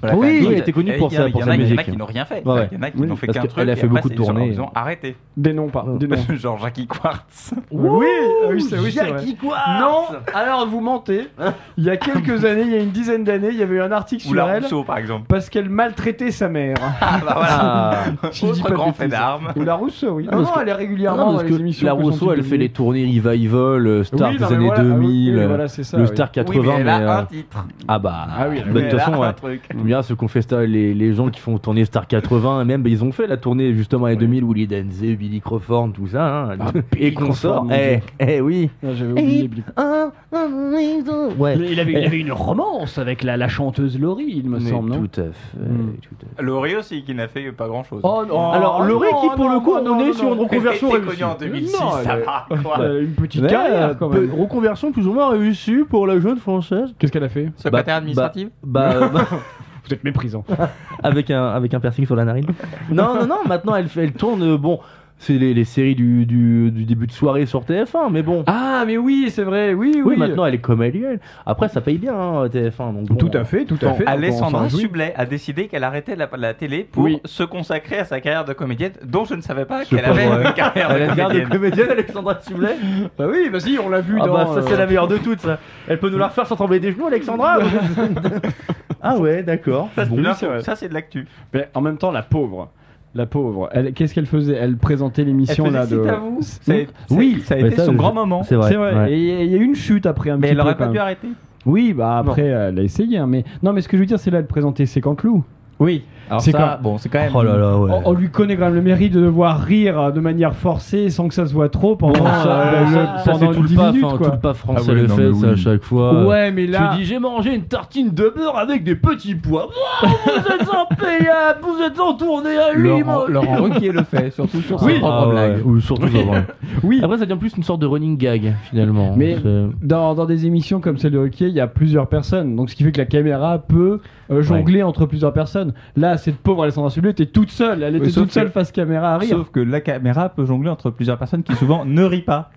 S3: Oui,
S2: quand même.
S3: elle était connue
S2: Et
S3: pour
S2: il y en a-
S3: ça, pour
S2: il y en
S3: sa
S2: a- Il y en a
S3: musique.
S2: qui n'ont rien fait.
S3: Ouais, ouais.
S2: Il y en a qui
S3: Oui,
S2: n'ont fait
S3: parce
S2: qu'un
S3: qu'elle
S2: truc.
S3: a
S2: et
S3: fait
S2: après,
S3: beaucoup de
S2: c'est genre,
S3: tournées.
S2: Ils ont arrêté.
S1: Des noms, pas. Des noms.
S2: Genre Jackie Quartz.
S1: Oui, ah oui, c'est oui, c'est vrai. Non, alors vous mentez. Il y a quelques années, il y a une dizaine d'années, il y avait eu un article
S2: Ou
S1: sur
S2: la
S1: elle
S2: Rousseau, par exemple.
S1: parce qu'elle maltraitait sa mère.
S2: Ah bah voilà.
S1: Si je dis
S2: Autre
S1: pas de
S2: grand fait
S1: bêtises.
S2: d'armes.
S1: Ou la Rousseau, oui.
S3: Ah,
S1: Non,
S3: parce
S1: non,
S3: que-
S1: elle est
S3: Ah
S1: régulièrement
S3: non,
S1: dans
S3: parce
S1: les
S3: que
S1: émissions.
S3: la
S1: que sont
S3: Rousseau, elle
S1: publiées.
S3: fait les tournées Revival, euh, Star
S1: Oui, non,
S3: des
S1: mais
S3: années
S1: voilà, ah oui,
S3: 2000,
S1: oui,
S3: euh,
S1: voilà, c'est ça,
S3: le
S1: oui.
S3: Star
S2: Oui,
S3: 80.
S2: mais elle
S3: mais,
S2: a
S3: euh,
S2: un titre.
S3: ah bah,
S1: Ah oui,
S3: bah,
S1: mais
S3: de
S2: elle
S3: toute
S2: a
S3: façon,
S2: un
S3: ouais.
S2: truc.
S3: Tu me diras, ceux qui ont fait ça, les, les gens qui font tourner Star 80, même bah, ils ont fait la tournée justement à 2000, Willie Denzey, Billy Crawford, tout ça, hein, et
S1: Ah, Crawford,
S3: consorts.
S1: mon
S3: Eh, eh oui.
S1: Ah, J'avais oublié. Blip.
S3: Ouais.
S16: Il avait, il avait une romance avec la, la chanteuse Laurie, il me
S3: Mais
S16: semble, non Hmm.
S3: tout à fait,
S1: Mm.
S3: tout à fait.
S2: Laurie aussi, qui n'a fait pas grand chose.
S1: Oh, non,
S3: Alors,
S1: oh,
S3: Laurie
S1: non,
S3: qui, pour
S1: non,
S3: le coup,
S1: non,
S3: a
S1: non,
S3: donné
S1: non,
S3: sur une
S1: non.
S3: reconversion
S2: Elle Ah, était connue
S3: réussie.
S2: en 2006,
S1: Non,
S2: ça
S1: elle- Bah,
S2: va. quoi.
S1: Elle a eu une petite
S3: Ouais,
S1: carrière quand
S3: peu-
S1: même.
S3: Reconversion plus ou moins réussie pour la jeune française.
S1: Qu'est-ce qu'elle a fait
S2: Secrétaire administrative
S3: Bah, euh, bah,
S1: Vous êtes méprisant.
S3: avec un avec un piercing sur la narine. Non, non, non. Maintenant, elle fait, elle tourne. euh, Bon, c'est les, les séries du, du, du début de soirée sur TF1, mais bon.
S1: Ah, mais oui, c'est vrai, oui,
S3: oui, maintenant elle est comédienne. Après, ça paye bien hein, TF1. Donc bon,
S1: Tout à fait, tout à
S3: Bon,
S1: fait.
S2: Alessandra
S1: Enfin, oui.
S2: Sublet a décidé qu'elle arrêtait la, la télé pour
S1: Oui.
S2: se consacrer à sa carrière de comédienne, dont je ne savais pas
S3: C'est
S2: qu'elle
S3: pas
S2: avait
S3: vrai.
S2: une carrière
S3: Elle
S2: de
S3: est comédienne.
S2: comédienne.
S3: comédienne, Alexandra Sublet.
S1: Bah oui, vas-y, on l'a vu
S3: Ah
S1: dans.
S3: bah ça c'est
S1: euh,
S3: la meilleure de toutes. Ça. Elle peut nous la refaire sans trembler des genoux, Alexandra. ah ouais, d'accord.
S2: Ça, c'est
S1: Bon,
S2: de
S1: oui,
S2: l'info.
S1: c'est vrai.
S2: Ça, c'est de l'actu.
S1: Mais en même temps, la pauvre. La pauvre. Elle, qu'est-ce qu'elle faisait Elle présentait l'émission
S2: Elle
S1: là
S2: faisait
S1: de.
S2: Site à vous. Ça a-
S1: Oui,
S2: ça a-
S1: oui,
S2: ça a
S3: mais
S2: été
S3: ça,
S2: son
S3: je-
S2: grand moment.
S3: C'est vrai.
S1: c'est hein. vrai.
S3: ouais.
S1: Et il y a- il y a eu une chute après un
S2: Mais
S1: petit
S2: elle
S1: peu.
S2: aurait
S1: quand
S2: pas dû
S1: même.
S2: arrêter.
S1: Oui, bah après, elle a essayé, hein, mais non, mais ce que je veux dire, c'est là, elle présentait ses clous.
S2: Oui. Alors
S1: C'est
S2: ça,
S1: quand-
S2: bon, c'est quand même.
S3: Oh là là, ouais.
S1: On, on lui connaît quand même le mérite de devoir rire euh, de manière forcée sans que ça se voit trop pendant,
S3: ça,
S1: euh, le-
S3: ça,
S1: pendant
S3: c'est tout le
S1: 10
S3: pas,
S1: minutes,
S3: enfin,
S1: quoi.
S3: tout le pas français
S2: Ah ouais,
S3: le
S2: non,
S3: fait
S2: mais
S3: ça à
S2: oui.
S3: chaque fois.
S1: ouais, mais là.
S3: Tu dis j'ai mangé une tartine de beurre avec des petits pois. Wow, vous êtes impayable, vous êtes en tournée à lui.
S2: Ruquier le fait, surtout sur
S1: Oui.
S2: ses propres blagues.
S3: Ou surtout avant.
S1: Oui.
S3: Après ça devient plus une sorte de running gag finalement.
S1: Mais-
S3: C'est-
S1: Dans, dans des émissions comme celle de hockey, il y a plusieurs personnes. Donc, ce qui fait que la caméra peut euh, jongler entre plusieurs personnes. Là, cette pauvre Alessandra Sublet était toute seule. Elle était
S2: Oui, sauf
S1: toute seule
S2: que-
S1: face caméra à rire.
S2: Sauf que la caméra peut jongler entre plusieurs personnes qui souvent ne rient pas.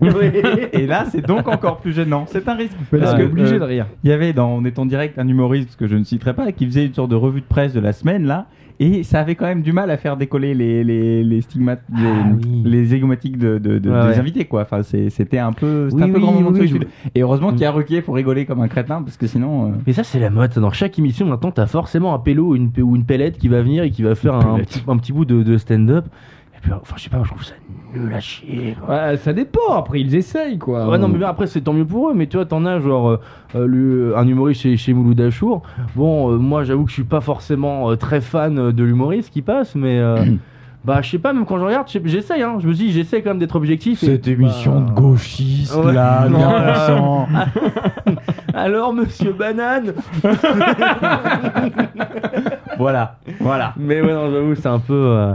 S2: Et là, c'est donc encore plus gênant. C'est un risque.
S1: Mais là,
S2: Parce
S1: elle est
S2: que,
S1: obligée
S2: euh,
S1: de rire.
S2: Il y avait dans On est en direct un humoriste que je ne citerai pas qui faisait une sorte de revue de presse de la semaine là et ça avait quand même du mal à faire décoller les, les, les stigmates les,
S3: Ah oui.
S2: les zygomatiques de, de- de-
S3: Ouais,
S2: des
S3: ouais.
S2: invités quoi enfin c'est- c'était un peu c'était
S3: Oui,
S2: un peu
S3: oui,
S2: grand moment de
S3: oui,
S2: solitude et heureusement qu'il y a
S3: Mm.
S2: Ruquier pour rigoler comme un crétin parce que sinon euh,
S3: Mais ça, c'est la mode. ça. Dans chaque émission, maintenant, t'as forcément un pélo ou une, pe- ou une pellette qui va venir et qui va faire un, petit, un petit bout de, de stand-up. Et puis, enfin, je sais pas, moi, je trouve ça nul à chier. quoi.
S1: Ouais, ça dépend. Après, ils essayent, quoi.
S3: Ouais, non, mais bien, après, c'est tant mieux pour eux. Mais tu vois, t'en as genre euh, euh, le- un humoriste chez, chez Mouloud Achour. Bon, euh, moi, j'avoue que je suis pas forcément euh, très fan euh, de l'humoriste qui passe, mais. euh, Bah, je sais pas, même quand je regarde, je sais- j'essaye, hein. Je me dis, j'essaie quand même d'être objectif. et-
S2: émission de gauchiste
S3: Bah. Ouais.
S2: là
S3: Non,
S2: bien
S3: euh,
S2: pensant.
S3: Alors, monsieur Banane
S2: voilà voilà
S3: Mais ouais, non, j'avoue, c'est un peu. euh,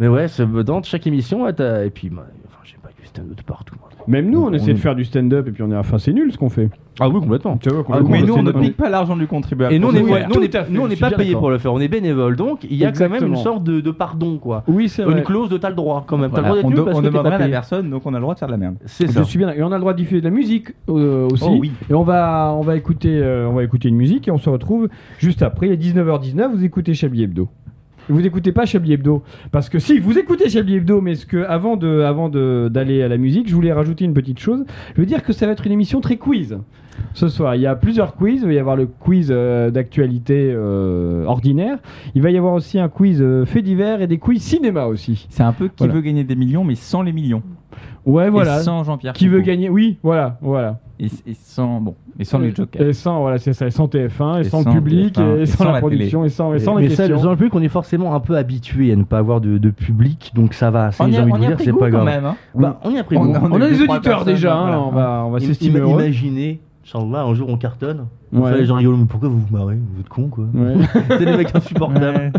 S3: Mais ouais, c'est- dans chaque émission, ouais, t'as. Et puis, bah, enfin, j'ai pas du stand-up de partout. moi.
S1: Même nous, on,
S3: On
S1: essaie
S3: est-
S1: de faire du stand-up et puis on est. Enfin, c'est nul ce qu'on fait.
S3: Ah oui, complètement.
S1: Tu vois, qu'on-
S3: Ah,
S1: qu'on-
S2: mais nous on ne
S1: qu'on-
S2: pique pas l'argent du contribuable
S3: Et nous, on
S2: pour
S3: est,
S2: le
S1: Oui,
S3: ouais,
S2: faire.
S3: nous, on est
S1: tout à
S3: pas,
S1: fait,
S3: nous, on
S1: je
S3: n'est
S1: suis
S3: pas
S1: bien
S3: payé
S1: d'accord.
S3: pour le faire, on est bénévole, donc il y a quand même
S1: Exactement.
S3: une sorte de, de pardon, quoi.
S1: Oui, c'est vrai.
S3: Une clause de t'as le droit quand même. T'as
S2: Voilà,
S3: le droit
S2: on,
S3: d'être
S2: de-
S3: nul parce
S2: on
S3: que t'es
S2: demande rien
S3: pas
S2: à
S3: payé.
S2: personne donc on a le droit de faire de la merde
S3: C'est
S1: Je
S3: ça.
S1: suis bien. Et on a le droit de diffuser de la musique euh, aussi.
S2: Oh oui.
S1: Et on va, on va écouter, euh, on va écouter une musique et on se retrouve juste après. Il est 19h19. Vous écoutez Chablis Hebdo. Vous n'écoutez pas Chablis Hebdo parce que si vous écoutez Chablis Hebdo, mais ce que avant de, avant de d'aller à la musique, je voulais rajouter une petite chose. Je veux dire que ça va être une émission très quiz. Ce soir, il y a plusieurs quiz. Il va y avoir le quiz euh, d'actualité euh, ordinaire. Il va y avoir aussi un quiz euh, fait divers et des quiz cinéma aussi.
S2: c'est un peu qui
S1: Voilà.
S2: veut gagner des millions mais sans les millions
S1: Ouais,
S2: et
S1: voilà.
S2: sans Jean-Pierre
S1: Qui veut
S2: Foucault.
S1: gagner Oui, voilà, voilà.
S2: et, et sans bon et
S3: Euh,
S2: sans les jokers
S1: Et sans, voilà, c'est ça, et sans TF1, et,
S2: Et
S1: sans,
S2: sans
S1: le public,
S2: TF1,
S1: et,
S2: et
S1: sans,
S2: sans
S1: la
S2: la
S1: production, et sans, et sans les
S3: mais ça,
S1: questions.
S3: dans le public, on est forcément un peu habitué à ne pas avoir de, de public, donc ça va. Ça,
S2: On y
S3: j'ai
S2: a-
S3: envie de
S2: on y
S3: vous
S2: a
S3: dire,
S2: pris
S3: c'est
S2: goût
S3: pas
S2: quand
S3: grave.
S2: même, hein.
S3: Bah, on y a pris
S2: On
S3: goût.
S2: a-
S1: on a
S2: eu
S1: des
S2: trois
S1: auditeurs
S2: personnes,
S1: déjà, hein,
S2: voilà.
S1: on va, on va
S17: Bah,
S3: Im-
S1: s'estimer
S3: im-
S1: heureux.
S3: Imaginez, Inch'Allah, un jour on cartonne.
S1: Ouais.
S3: Enfin, les gens rigolent, mais pourquoi vous vous marrez Vous êtes cons, quoi.
S1: Ouais,
S3: C'est des mecs insupportables.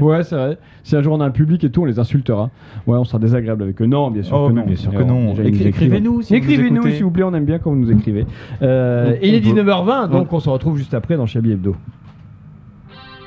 S1: Ouais, c'est vrai. Si un jour on a un public et tout, on les insultera. Ouais, on sera désagréable avec eux. Non, bien sûr
S2: Oh,
S1: que
S2: mais
S1: non.
S2: bien sûr
S1: Mais
S2: que
S1: bon,
S2: non.
S1: déjà, ils nous
S2: Écri-
S1: écrivent.
S2: écrivez-nous si vous nous
S1: Écrivez-nous,
S2: écoutez.
S1: s'il vous plaît, on aime bien quand vous nous écrivez. Euh,
S3: On-
S1: et il est
S3: on peut-
S1: 19h20, donc on se retrouve juste après dans Chablis Hebdo.
S18: Thank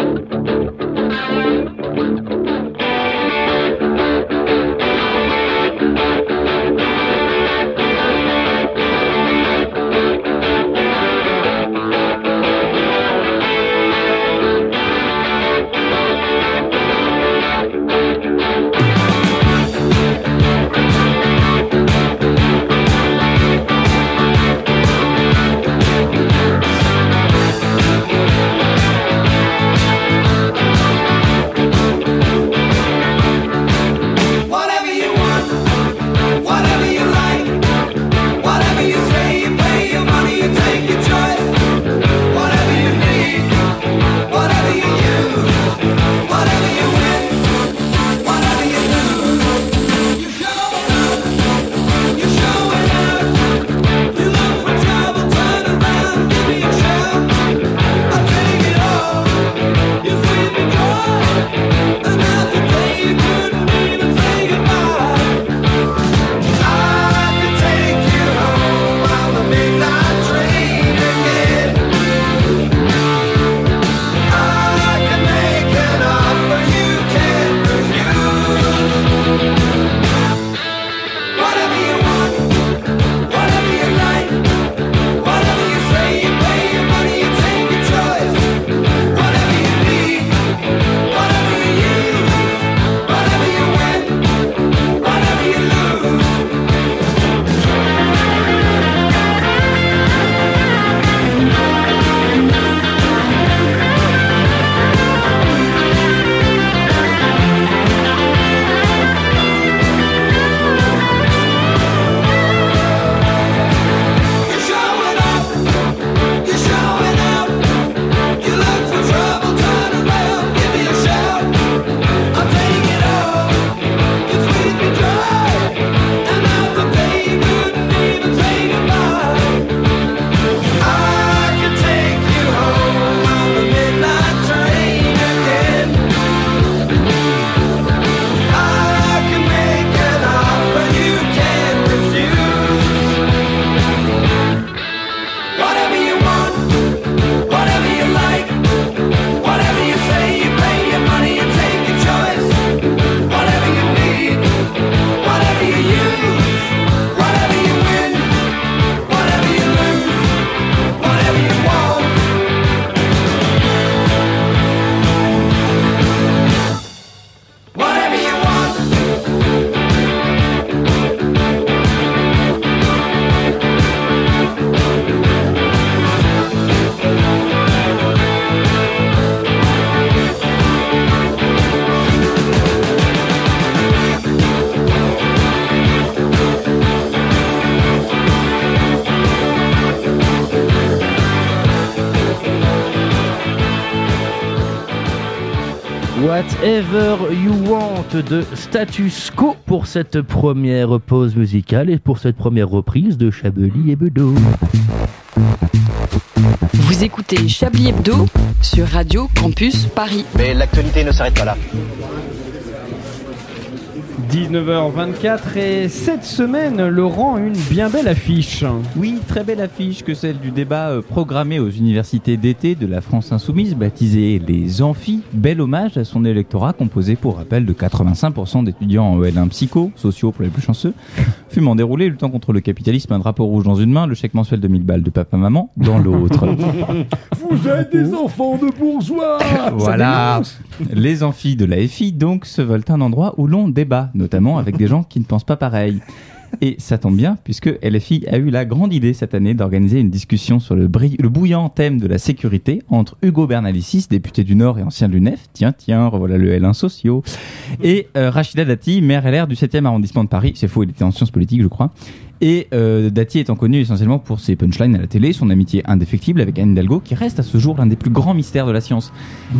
S17: Whatever You Want de Status Quo pour cette première pause musicale et pour cette première reprise de Chablis et Bedeau.
S11: Vous écoutez Chablis Hebdo sur Radio Campus Paris.
S7: Mais l'actualité ne s'arrête pas là.
S19: 19h24 et cette semaine, Laurent, une bien belle affiche.
S2: Oui, très belle affiche que celle du débat euh, programmé aux universités d'été de la France Insoumise, baptisé Les Amphis. Bel hommage à son électorat composé, pour rappel, de 85% d'étudiants en EL1 psycho, sociaux pour les plus chanceux, fumant déroulé, luttant contre le capitalisme, un drapeau rouge dans une main, le chèque mensuel de 1000 balles de papa-maman dans l'autre.
S3: Vous êtes des enfants de bourgeois
S2: voilà. Les amphis de la FI, donc, se veulent un endroit où l'on débat, notamment avec des gens qui ne pensent pas pareil. Et ça tombe bien, puisque LFI a eu la grande idée cette année d'organiser une discussion sur le, bri- le bouillant thème de la sécurité entre Hugo Bernalicis, député du Nord et ancien de l'UNEF, tiens, tiens, revoilà le L1 sociaux, et euh, Rachida Dati, maire LR du 7e arrondissement de Paris, c'est faux, il était en sciences politiques, je crois, et euh, Dati étant connu essentiellement pour ses punchlines à la télé, son amitié indéfectible avec Anne Hidalgo, qui reste à ce jour l'un des plus grands mystères de la science,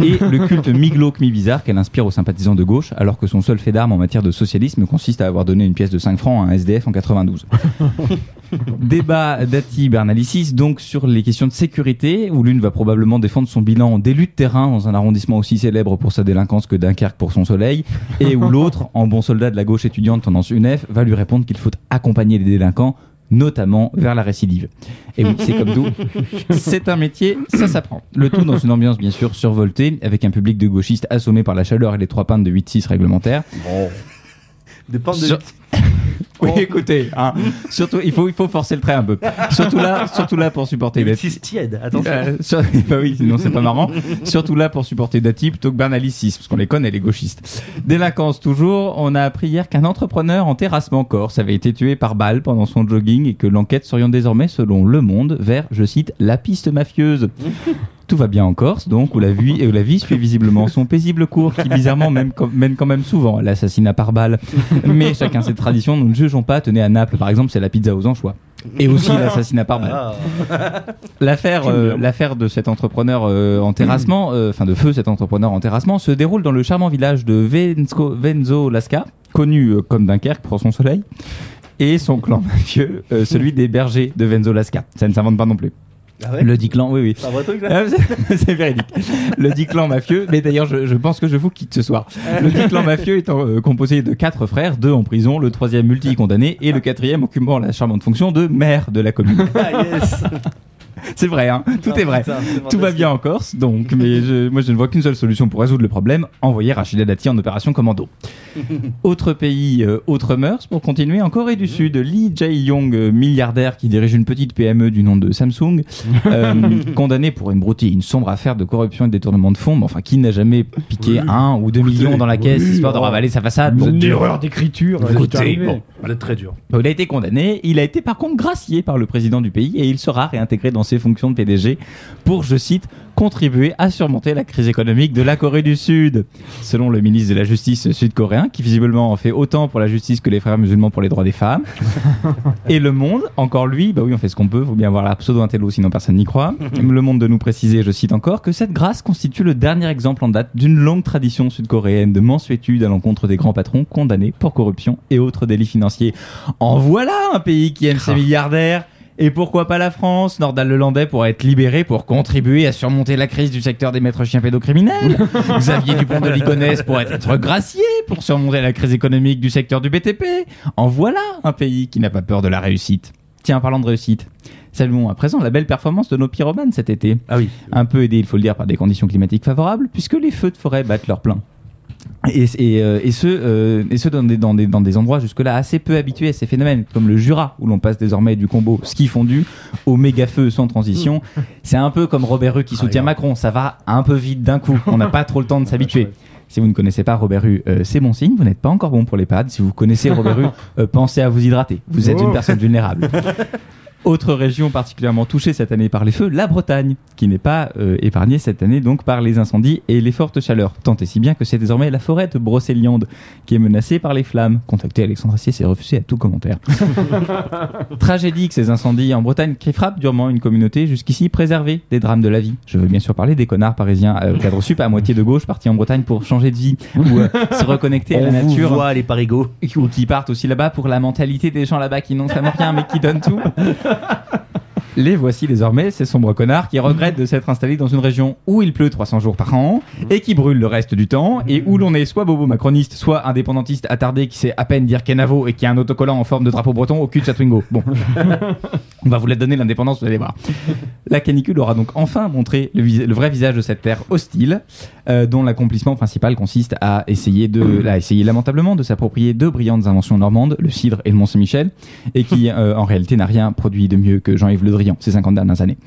S2: et le culte mi-glauque, mi-bizarre qu'elle inspire aux sympathisants de gauche, alors que son seul fait d'arme en matière de socialisme consiste à avoir donné une pièce de 5 francs à un SDF en 92. Débat Dati Bernalicis donc sur les questions de sécurité où l'une va probablement défendre son bilan d'élu de terrain dans un arrondissement aussi célèbre pour sa délinquance que Dunkerque pour son soleil et où l'autre en bon soldat de la gauche étudiante tendance UNEF va lui répondre qu'il faut accompagner les délinquants notamment vers la récidive. Et oui, c'est comme tout. C'est un métier, ça s'apprend. Le tout dans une ambiance bien sûr survoltée, avec un public de gauchistes assommés par la chaleur et les trois pintes de 8-6 réglementaires.
S3: Des pentes de
S2: Sur- Oui, écoutez, hein, surtout, il faut, il faut forcer le trait un peu. Surtout là, surtout là pour supporter Dati.
S17: tiède,
S2: Euh, sur- bah oui, sinon c'est pas marrant. Surtout là pour supporter Dati plutôt que Bernalicis, parce qu'on les connaît, les gauchistes. Délinquance toujours, on a appris hier qu'un entrepreneur en terrassement corse avait été tué par balle pendant son jogging et que l'enquête s'oriente désormais, selon Le Monde, vers, je cite, la piste mafieuse. Tout va bien en Corse, donc, où la vie, et où la vie suit visiblement son paisible cours, qui bizarrement même, com- mène quand même souvent à l'assassinat par balle. Mais chacun ses traditions, nous ne jugeons pas. Tenez à Naples, par exemple, c'est la pizza aux anchois. Et aussi l'assassinat par balle.
S3: Ah,
S2: L'affaire, euh, l'affaire de cet entrepreneur euh, en terrassement, euh, enfin de feu cet entrepreneur en terrassement, se déroule dans le charmant village de Venzo, Venzo Lasca, connu euh, comme Dunkerque pour son soleil, et son clan mafieux, euh, celui des bergers de Venzo Lasca. Ça ne s'invente pas non plus.
S17: Ah ouais
S2: le dit clan, oui, oui.
S17: C'est un vrai truc, là
S2: Ah, c'est- C'est véridique. Le dit clan mafieux, mais d'ailleurs, je, je pense que je vous quitte ce soir. Le dit clan mafieux étant euh, composé de quatre frères, deux en prison, le troisième multi-condamné et le quatrième occupant la charmante fonction de maire de la commune. C'est vrai, hein tout est vrai. tout va bien en Corse, donc, mais je- moi je ne vois qu'une seule solution pour résoudre le problème envoyer Rachida Dati en opération commando. Autre pays, euh, autre mœurs, pour continuer, en Corée du Sud, Lee Jae-yong, euh, milliardaire qui dirige une petite PME du nom de Samsung, euh, condamné pour une broutille, une sombre affaire de corruption et de détournement de fonds, mais enfin, qui n'a jamais piqué un ou deux millions dans la caisse, histoire de
S19: oh.
S2: ravaler sa façade Bon.
S19: Une erreur d'écriture. elle est
S2: Écoutez,
S19: arrivée.
S2: bon,
S3: Vous êtes très dur.
S2: il a été condamné, il a été par contre gracié par le président du pays et il sera réintégré dans ses fonctions de PDG pour, je cite, contribuer à surmonter la crise économique de la Corée du Sud. Selon le ministre de la Justice sud-coréen, qui visiblement en fait autant pour la justice que les frères musulmans pour les droits des femmes. Et Le Monde, encore lui, bah oui, on fait ce qu'on peut, faut bien avoir la pseudo-intello, sinon personne n'y croit. Le Monde de nous préciser, je cite encore, que cette grâce constitue le dernier exemple en date d'une longue tradition sud-coréenne de mansuétude à l'encontre des grands patrons condamnés pour corruption et autres délits financiers. En voilà un pays qui aime ses milliardaires et pourquoi pas la France Nordal Lelandais pourrait être libéré pour contribuer à surmonter la crise du secteur des maîtres chiens pédocriminels. Xavier Dupont de Ligonnès pourrait être gracié pour surmonter la crise économique du secteur du BTP. En voilà un pays qui n'a pas peur de la réussite. Tiens, parlant de réussite, saluons à présent la belle performance de nos pyromanes cet été.
S3: Ah oui.
S2: Un peu aidé, il faut le dire, par des conditions climatiques favorables, puisque les feux de forêt battent leur plein. Et, et, euh, et ce, euh, et ce dans, des, dans, des, dans des endroits jusque-là assez peu habitués à ces phénomènes, comme le Jura, où l'on passe désormais du combo ski fondu au méga feu sans transition.
S3: Mmh.
S2: C'est un peu comme Robert Rue qui
S3: Ah,
S2: soutient Macron, ça va un peu vite d'un coup, on n'a pas trop le temps de
S3: Ah,
S2: s'habituer. Si vous ne connaissez pas Robert Rue, euh, c'est bon signe, vous n'êtes pas encore bon pour l'EHPAD. Si vous connaissez Robert Rue, euh, pensez à vous hydrater, vous êtes
S19: Oh.
S2: une personne vulnérable. Autre région particulièrement touchée cette année par les feux, la Bretagne, qui n'est pas euh, épargnée cette année donc par les incendies et les fortes chaleurs. Tant et si bien que c'est désormais la forêt de Brocéliande qui est menacée par les flammes. Contactez Alexandre Assier, c'est refusé à tout commentaire. Tragédique ces incendies en Bretagne qui frappent durement une communauté jusqu'ici préservée des drames de la vie. Je veux bien sûr parler des connards parisiens euh, cadre sup à moitié de gauche partis en Bretagne pour changer de vie ou euh, se reconnecter à
S3: On
S2: la
S3: vous
S2: nature.
S3: voit, les parigots.
S2: Ou qui partent aussi là-bas pour la mentalité des gens là-bas qui n'ont vraiment rien mais qui donnent tout. Les voici désormais, ces sombres connards qui regrettent de s'être installés dans une région où il pleut 300 jours par an et qui brûle le reste du temps et où l'on est soit bobo macroniste, soit indépendantiste attardé qui sait à peine dire Kenavo et qui a un autocollant en forme de drapeau breton au cul de sa Twingo. Bon, on va vous la donner l'indépendance, vous allez voir. La canicule aura donc enfin montré le, vis- le vrai visage de cette terre hostile, euh, dont l'accomplissement principal consiste à essayer de, à essayer lamentablement de s'approprier deux brillantes inventions normandes, le cidre et le Mont-Saint-Michel, et qui euh, en réalité n'a rien produit de mieux que Jean-Yves Le Drian ces 50 dernières années.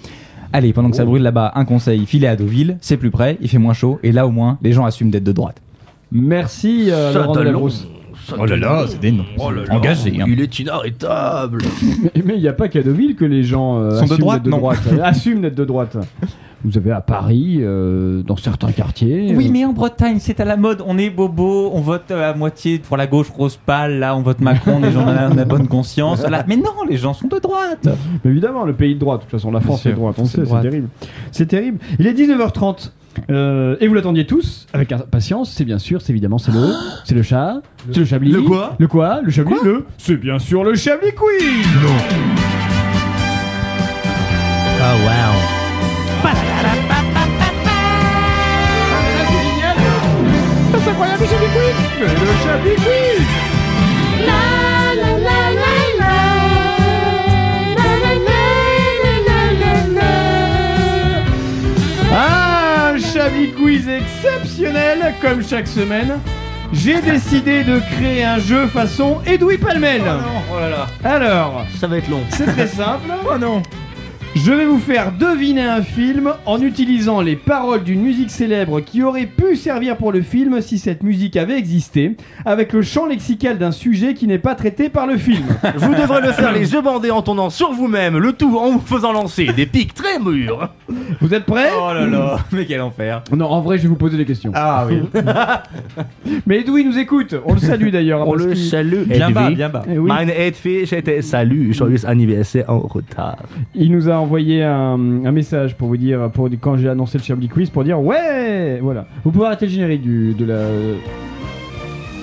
S2: Allez, pendant que ça brûle là-bas, un conseil, filez à Deauville, c'est plus près, il fait moins chaud, et là au moins, les gens assument d'être de droite.
S1: Merci euh,
S2: Ça
S1: Laurent
S2: donne
S1: de la
S2: long.
S1: Brousse.
S2: Oh là là, c'est des noms engagés. hein.
S3: Il est inarrêtable.
S1: Mais il n'y a pas qu'à Deauville que les gens euh,
S2: Sont de
S1: assument
S2: droite,
S1: d'être de
S2: non.
S1: droite. assument d'être de droite. Vous avez à Paris, euh, dans certains quartiers.
S11: Oui,
S1: euh,
S11: mais en Bretagne, c'est à la mode. On est bobo, on vote euh, à moitié pour la gauche rose pâle. Là, on vote Macron, les gens on a, on a bonne conscience. Là. Mais non, les gens sont de droite.
S1: Mais évidemment, le pays de droite. De toute façon, la France
S11: sûr,
S1: est de droite. On
S11: c'est
S1: sait,
S11: de
S1: c'est
S11: droite.
S1: terrible. C'est terrible. Il est 19h30. euh, et vous l'attendiez tous avec impatience, c'est bien sûr, c'est évidemment, c'est
S11: Ah
S1: le, c'est le chat, c'est le chablis,
S20: Le quoi
S1: le quoi, le chablis, le, c'est bien sûr le chablis quiz.
S3: Oh wow.
S21: C'est incroyable, le Chablis Quiz Le Chablis Quiz La la la la la La la la la la la la
S1: Ah, un Chablis Quiz exceptionnel, comme chaque semaine. J'ai décidé de créer un jeu façon Edoui Palmel. Alors,
S3: ça va être long.
S1: C'est très simple. oh non. Je vais vous faire deviner un film en utilisant les paroles d'une musique célèbre qui aurait pu servir pour le film si cette musique avait existé, avec le champ lexical d'un sujet qui n'est pas traité par le film.
S3: Vous devrez le faire les yeux bandés en tournant sur vous-même, le tout en vous faisant lancer des pics très mûrs.
S1: Vous êtes prêts
S11: Oh là là, mais quel enfer.
S1: Non, en vrai, je vais vous poser des questions. Ah oui. Mais Edoui nous écoute. On le salue d'ailleurs.
S3: On
S1: parce
S3: le
S1: qu'il-
S3: salue. Edwige.
S1: Eh oui.
S3: Mein Edwige, j'étais salut, joyeux anniversaire en retard.
S1: Il nous a envoyé un, un message pour vous dire, pour, quand j'ai annoncé le Chablis Quiz, pour dire ouais Voilà. Vous pouvez arrêter le générique du, de la.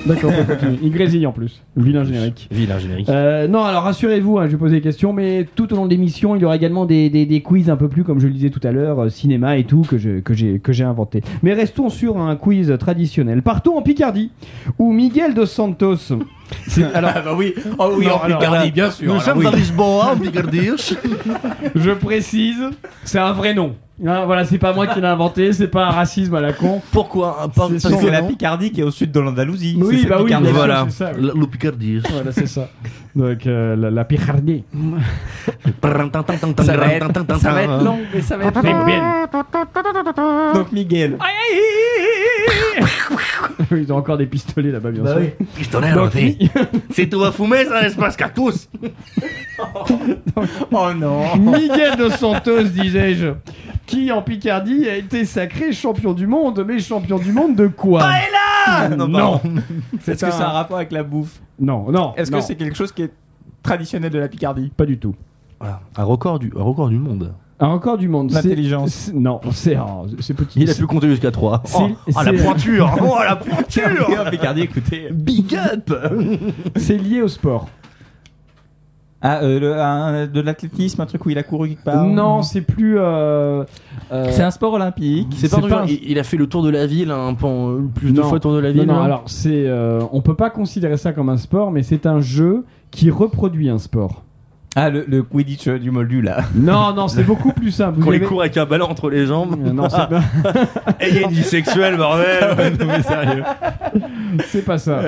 S1: D'accord, on continue. Il grésille en plus. Vilain générique.
S3: Vilain générique.
S1: Euh, non, alors rassurez-vous, hein, je vais poser des questions, mais tout au long de l'émission, il y aura également des, des- des quiz un peu plus, comme je le disais tout à l'heure, euh, cinéma et tout, que je- que j'ai que j'ai inventé. Mais restons sur un quiz traditionnel. Partons en Picardie, où Miguel dos Santos. C'est- Alors,
S11: bah oui, oh oui,
S1: Non,
S11: en
S1: alors
S11: Picardie,
S1: là,
S11: bien sûr.
S1: nous
S11: alors
S1: sommes
S11: oui.
S1: à Lisboa, en
S3: Picardie.
S1: je précise, c'est un vrai nom. Hein, voilà, c'est pas moi qui l'ai inventé, c'est pas un racisme à la con.
S3: Pourquoi
S1: C'est
S11: Parce que
S1: son
S11: c'est la
S1: nom.
S11: Picardie qui est au sud de l'Andalousie.
S1: Oui,
S11: c'est cette
S1: bah oui,
S11: Picardie.
S1: bien sûr, Voilà. c'est ça, oui.
S3: Le Picardie.
S1: Voilà, c'est ça. Donc, euh, la, la Picardie.
S3: Ça va être- ça va être long,
S11: mais ça va être
S1: très bien.
S11: Donc Miguel.
S1: Ils ont encore des pistolets là-bas, bien
S3: Bah
S1: sûr.
S3: oui. Pistolet
S1: Donc,
S3: rôti. Si tu vas fumer, ça l'espace cactus.
S11: Oh non
S1: Miguel de Santos, disais-je, qui en Picardie a été sacré champion du monde, mais champion du monde de quoi
S11: Ah, Non,
S1: Non
S11: pardon.
S1: C'est
S11: Est-ce que
S1: un-
S11: ça a un rapport avec la bouffe
S1: Non, non.
S11: Est-ce
S1: non.
S11: que c'est quelque chose qui est traditionnel de la Picardie
S1: Pas du tout.
S3: Un record du, un record du monde.
S1: Un record du monde. c'est-
S11: L'intelligence.
S1: c'est- Non, c'est oh, c'est petit.
S3: Il a
S1: C'est-
S3: pu compter jusqu'à 3.
S1: C'est-
S3: Oh, ah, la
S1: c'est-
S3: pointure Oh, la pointure
S11: Et en Picardie, écoutez.
S3: Big up
S1: C'est lié au sport.
S11: Ah, euh, le- un- de l'athlétisme, un truc où il a couru quelque part
S1: non, c'est plus. euh, euh,
S11: C'est un sport olympique.
S3: C'est pas,
S1: C'est
S3: du
S1: pas
S3: genre,
S1: un-
S3: il, il a fait le tour de la ville, hein, pan- plus de
S1: Non.
S3: fois tour de la
S1: Non,
S3: ville.
S1: Non,
S3: hein.
S1: alors c'est, euh, on peut pas considérer ça comme un sport, mais c'est un jeu qui reproduit un sport.
S11: Ah, le, le Quidditch euh, du Moldu, là.
S1: Non, non, c'est beaucoup plus simple. Vous
S3: Quand il
S1: avez-
S3: court avec un ballon entre les jambes.
S1: Euh, non, c'est pas,
S3: Et il y a une bisexuelle, bordel Euh,
S11: non, mais sérieux.
S1: c'est pas ça.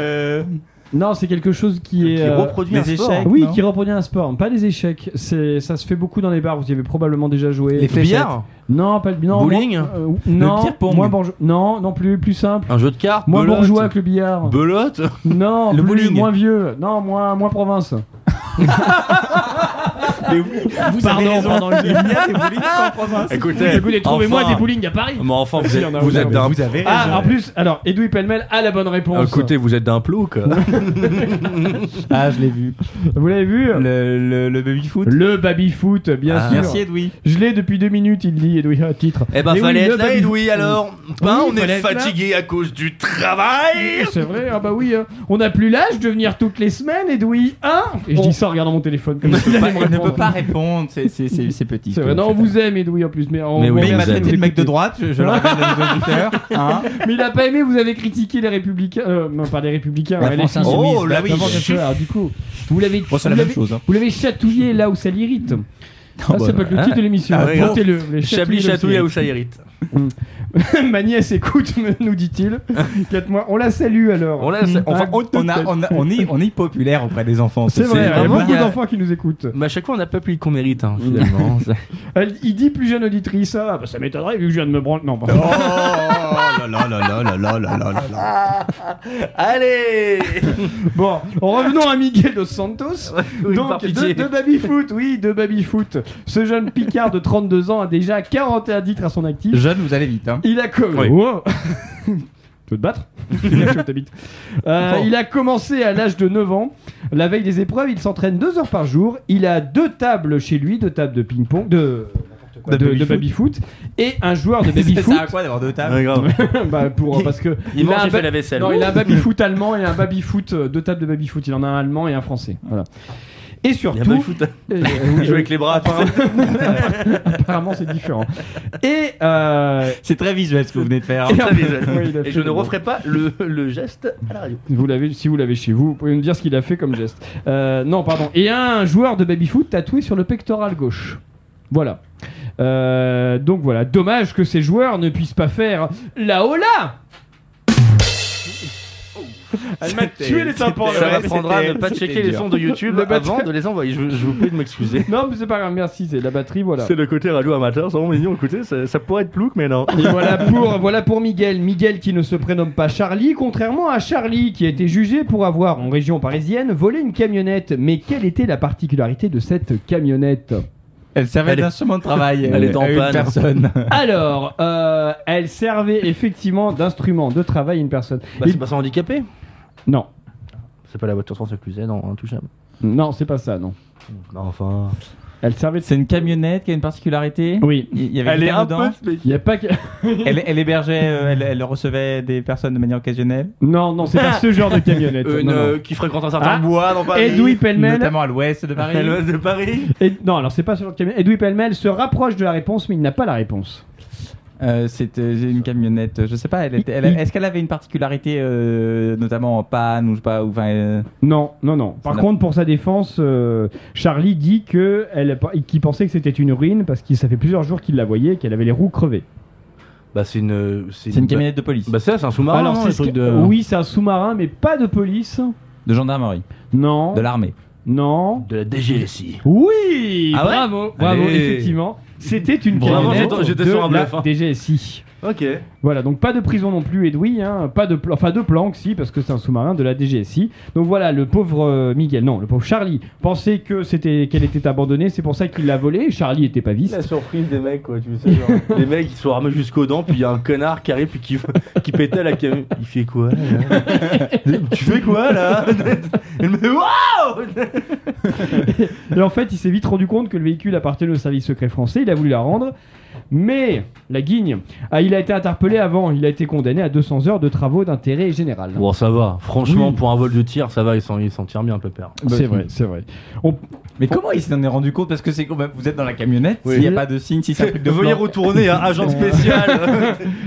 S1: Non, c'est quelque chose qui est.
S3: Qui reproduit
S11: les
S3: un sport.
S11: échecs.
S1: euh, Oui,
S11: non
S1: qui reproduit un sport, pas les échecs. C'est, ça se fait beaucoup dans les bars. Vous y avez probablement déjà joué.
S3: Les Billard
S1: Non, pas le non,
S3: hein. Bowling
S1: moi- euh, Non,
S11: ping-pong.
S1: moi bourgeois. Non, non plus, plus simple.
S3: Un jeu de cartes
S1: Moins
S3: belote.
S1: bourgeois que le billard.
S3: Belote
S1: non,
S11: Le
S1: plus,
S11: bowling.
S1: moins vieux. Non, moins, moins province.
S2: Mais oui, vous avez raison. Il y a des bowling en province.
S19: Écoutez,
S1: Écoutez, trouvez-moi
S19: enfin.
S1: des bowling à Paris.
S19: Mais enfin, vous
S1: Si,
S19: êtes-
S1: on a- on
S19: vous
S1: a-
S19: êtes d'un- vous avez raison.
S1: Ah, en plus, alors, Edoui Pellemel a la bonne réponse.
S3: Ah, Écoutez, vous êtes d'un plou, quoi.
S22: Ah, je l'ai vu.
S19: Vous l'avez vu
S22: Le, le, le baby foot
S19: Le baby foot, bien
S22: Ah.
S19: sûr.
S22: Merci, Edoui.
S19: Je l'ai depuis deux minutes, il dit Edoui à titre.
S3: Eh ben,
S19: Mais oui,
S3: fallait
S19: le
S3: être là,
S19: baby-
S3: Edoui, alors. Ben,
S19: Oui,
S3: on est
S19: fallait être là.
S3: fatigué à cause du travail.
S1: C'est vrai, ah bah oui, hein. on n'a plus l'âge de venir toutes les semaines, Edoui, hein Et je dis ça en regardant mon téléphone comme ça, il allait
S22: Il
S1: me
S22: ne
S1: répondre.
S22: peut pas répondre, c'est- c'est c'est- c'est petit. hein.
S1: C'est vrai, non, on vous aime, Edoui, en plus, mais on
S22: Mais
S1: vous
S22: oui, il m'a
S1: remercie
S22: traité
S1: nous
S22: de mec de
S1: écouter.
S22: droite, je, je le rappelle à nos auditeurs. hein.
S1: Mais il a pas aimé, vous avez critiqué les républicains, euh, non, pas les républicains,
S22: La
S1: les
S22: France
S1: filles.
S22: insoumise.
S1: la
S22: Oh, Oui,
S1: France
S22: je-
S1: insoumise. Alors, du coup, vous l'avez
S2: Oh,
S22: Bon, c'est la
S1: vous
S22: même
S1: l'avez-
S22: chose, hein.
S1: Vous l'avez chatouillé là où ça l'irrite. Ah,
S22: bah,
S1: c'est pas que le
S22: hein.
S1: titre de l'émission.
S22: Ah, bon.
S1: Portez-le. les
S3: Chablis
S1: chatouilles là où
S3: chatouille à où
S1: ça
S3: ça irrite.
S1: irrite. Ma nièce écoute, nous dit-il. Quatre mois. On la salue alors.
S22: On, l'a-
S1: Mm.
S22: enfin, on- on a- on a- on est, on est populaire auprès des enfants.
S1: C'est vrai, il y a
S22: vraiment-
S1: beaucoup d'enfants qui nous écoutent.
S3: Mais à chaque fois, on n'a pas plus qu'on mérite, hein, finalement.
S1: Elle- il dit plus jeune auditrice, ah bah ça m'étonnerait vu que je viens de me branler. Non, pardon.
S22: Oh là là là là là là là là là.
S3: Allez
S1: Bon, revenons à Miguel dos Santos.
S3: Oui, par
S1: Donc, de,
S3: pitié.
S1: de baby-foot, oui, de baby-foot. Ce jeune Picard de 32 ans a déjà 41 titres à son actif.
S22: Jeune, vous allez vite. Hein.
S1: Il a comme.
S22: Oui.
S1: Wow. tu veux te battre Il a chaud, ta bite. Euh,
S22: Bon.
S1: Il a commencé à l'âge de 9 ans. La veille des épreuves, il s'entraîne 2 heures par jour. Il a deux tables chez lui, deux tables de ping-pong, de,
S22: De
S1: de, de
S22: baby-foot.
S1: baby-foot. Et un joueur de
S22: Ça
S1: baby-foot.
S22: sert
S3: Ah,
S22: à quoi d'avoir deux tables
S1: bah pour parce que
S3: Il mange,
S1: a un
S3: il fait
S1: ba-
S3: la vaisselle.
S1: Non, il a un baby foot allemand et un baby foot euh, deux tables de baby foot. Il en a un allemand et un français. Voilà. Et
S3: Il y a pas de
S1: surtout,
S3: foot. hein.
S1: euh,
S3: Il joue avec les bras. tu sais.
S1: apparemment c'est différent. Et euh,
S22: C'est très visuel ce que vous venez de faire.
S1: et en-
S3: Très visuel.
S1: Oui, il a
S3: Et
S1: fait
S3: je
S1: le-
S3: ne referai pas le, le geste à la radio.
S1: Vous l'avez, si vous l'avez chez vous, vous pouvez me dire ce qu'il a fait comme geste. Euh, non, pardon. Et un joueur de baby-foot tatoué sur le pectoral gauche. Voilà. Euh, donc voilà. Dommage que ces joueurs ne puissent pas faire la hola. Elle m'a tué les tympans.
S3: Ça
S1: là.
S3: m'apprendra à ne pas
S22: c'était
S3: checker les
S22: dur.
S3: sons de YouTube
S1: Le
S3: avant
S1: bâtard.
S3: de les envoyer. Je, je vous prie de m'excuser.
S1: Non, mais c'est pas grave. Merci. C'est la batterie, voilà.
S3: le côté radio amateur, c'est vraiment mignon. Écoutez, ça, pourrait être plouc, mais non.
S1: Et voilà pour, voilà pour Miguel. Miguel qui ne se prénomme pas Charlie, contrairement à Charlie qui a été jugé pour avoir, en région parisienne, volé une camionnette. Mais quelle était la particularité de cette camionnette
S22: Elle servait
S3: Elle est-
S22: d'instrument de travail. euh,
S3: Elle est en
S22: à une
S3: panne.
S22: personne.
S1: Alors, euh, elle servait effectivement d'instrument de travail à une personne.
S3: Bah,
S1: Il-
S3: c'est pas ça handicapé
S1: Non,
S3: C'est pas la voiture transclusée, non, intouchable.
S1: non, c'est pas ça, non.
S3: Non, enfin.
S1: Elle servait de...
S22: C'est une camionnette qui a une particularité.
S1: Oui.
S22: Il y avait quelqu'un dedans.
S1: Il y a pas que...
S22: Elle, elle hébergeait, euh, elle, elle recevait des personnes de manière occasionnelle.
S1: Non, non, c'est pas ce genre de camionnette.
S3: Une
S1: non, non.
S3: euh, qui fréquente un certain
S1: Ah,
S3: bois dans Paris.
S1: Edoui Pellemel
S22: Notamment à l'ouest de Paris.
S3: À l'ouest de Paris.
S1: Et- non, alors c'est pas ce genre de camionnette. Edoui Pellemel se rapproche de la réponse, mais il n'a pas la réponse.
S22: Euh, C'était une camionnette. euh, Je sais pas. Elle était- elle- Est-ce qu'elle avait une particularité, euh, notamment en panne ou je sais pas, ou enfin. euh,
S1: Non, non, non. Par
S22: Ça n'a-
S1: contre, pour sa défense, euh, Charlie dit que elle, qu'il pensait que c'était une ruine parce que ça fait plusieurs jours qu'il la voyait, qu'elle avait les roues crevées.
S3: Bah, c'est une.
S22: C'est une camionnette de police,
S3: Bah, ça, c'est un sous-marin.
S1: alors,
S3: non,
S1: c'est
S3: un
S1: ce
S3: truc
S1: que-
S3: de-
S1: oui, c'est un sous-marin, mais pas de police.
S22: de gendarmerie,
S1: Non.
S22: de l'armée.
S1: Non.
S3: De la DGSI.
S1: Oui
S3: Ah ouais
S1: Bravo, bravo,
S3: Allez.
S1: effectivement. C'était une
S3: Bravo,
S1: camionnette
S3: j'étais- j'étais
S1: de
S3: sur un
S1: la
S3: bluff, hein.
S1: DGSI.
S3: Ok.
S1: Voilà, donc pas de prison non plus, Edoui, hein, pas de, pla- enfin de planque, si, parce que c'est un sous-marin de la DGSI. Donc voilà, le pauvre euh, Miguel, non, le pauvre Charlie pensait que c'était qu'elle était abandonnée, c'est pour ça qu'il l'a volée. Charlie était pas vice.
S3: La surprise des mecs, quoi, tu sais. Genre, les mecs, ils sont armés jusqu'aux dents, puis il y a un connard qui arrive, puis qui, qui pétait la camionnette. Il fait quoi, là Tu fais quoi, là Il me fait Waouh
S1: Et en fait, il s'est vite rendu compte que le véhicule appartenait au service secret français, il a voulu la rendre, mais la guigne, ah, il a été interpellé avant, il a été condamné à 200 heures de travaux d'intérêt général.
S3: Bon, ça va. Franchement,
S1: Oui.
S3: pour un vol de tir, ça va, ils s'en, ils s'en tirent bien, peu père.
S22: Bah,
S1: C'est vrai, c'est vrai. On-
S22: Mais comment il s'en est rendu compte Parce que c'est quand même, vous êtes dans la camionnette,
S3: Oui.
S22: s'il n'y a pas de signe, si c'est un truc de
S3: Veuillez
S22: plan.
S3: retourner, hein, agent spécial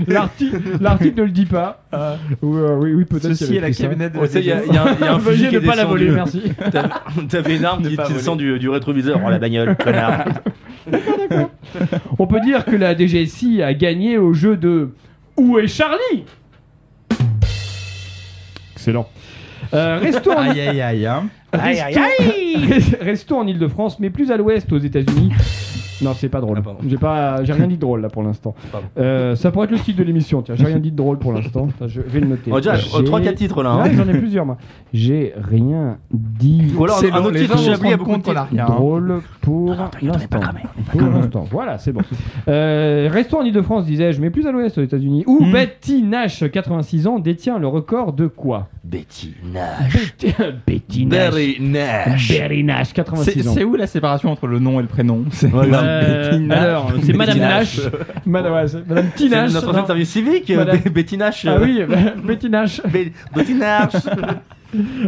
S1: L'article l'article ne le dit pas. Ou, euh, oui, oui, peut-être. qu'il
S22: Ceci
S1: y
S22: est
S1: avait
S22: la
S1: écrit ça.
S22: camionnette de
S3: Oh, tu sais, il y a,
S22: la
S3: il y a un, il y a un fusil
S1: Veuillez
S3: qui est
S1: ne pas la
S3: descendu.
S1: voler, merci.
S3: T'avais- T'avais une arme
S22: Ne
S3: qui,
S22: pas
S3: qui
S22: voler.
S3: descend du, du rétroviseur. Oh la bagnole, connard
S1: On peut dire que la DGSI a gagné au jeu de Où est Charlie Excellent. Euh, restons, en...
S22: Aïe aïe aïe. hein.
S1: restons- restons en Ile-de-France, mais plus à l'ouest, aux États-Unis. Non, c'est pas drôle. j'ai pas, j'ai rien dit de drôle là pour l'instant. Euh, ça pourrait être le titre de l'émission. Tiens, j'ai rien dit de drôle pour l'instant. Attends, Je vais le noter.
S3: On va dire,
S1: J'ai-
S3: euh, trois, quatre titres, là, hein.
S1: Ouais, J'en ai plusieurs moi. J'ai rien dit.
S3: Ou alors,
S1: C'est
S3: un
S1: long,
S3: autre
S1: les
S3: titre,
S1: gens
S3: j'ai
S1: vont
S3: oublié
S1: se
S3: beaucoup de
S1: rendre compte
S3: titres.
S2: hein.
S1: qu'il y a un Drôle pour l'instant. Pour l'instant. Voilà, c'est bon. Euh, restons en Ile-de-France, disais-je, mais plus à l'ouest aux États-Unis, où Betty Nash, 86 ans, détient le record de quoi
S23: Betty
S1: Nash. Betty Nash.
S2: Berry Nash.
S1: Berry Nash, 86 ans.
S2: C'est où la séparation entre le nom et le prénom C'est
S1: Voilà.
S2: Madame Betty Nash.
S1: Euh, alors, c'est Madame Nash. Madame, ouais, c'est Madame T. Nash.
S3: C'est notre ancien
S1: non.
S3: service civique,
S1: Madame-
S3: Bé- Betty Nash. euh,
S1: Ah oui, Betty Nash.
S3: Betty Nash.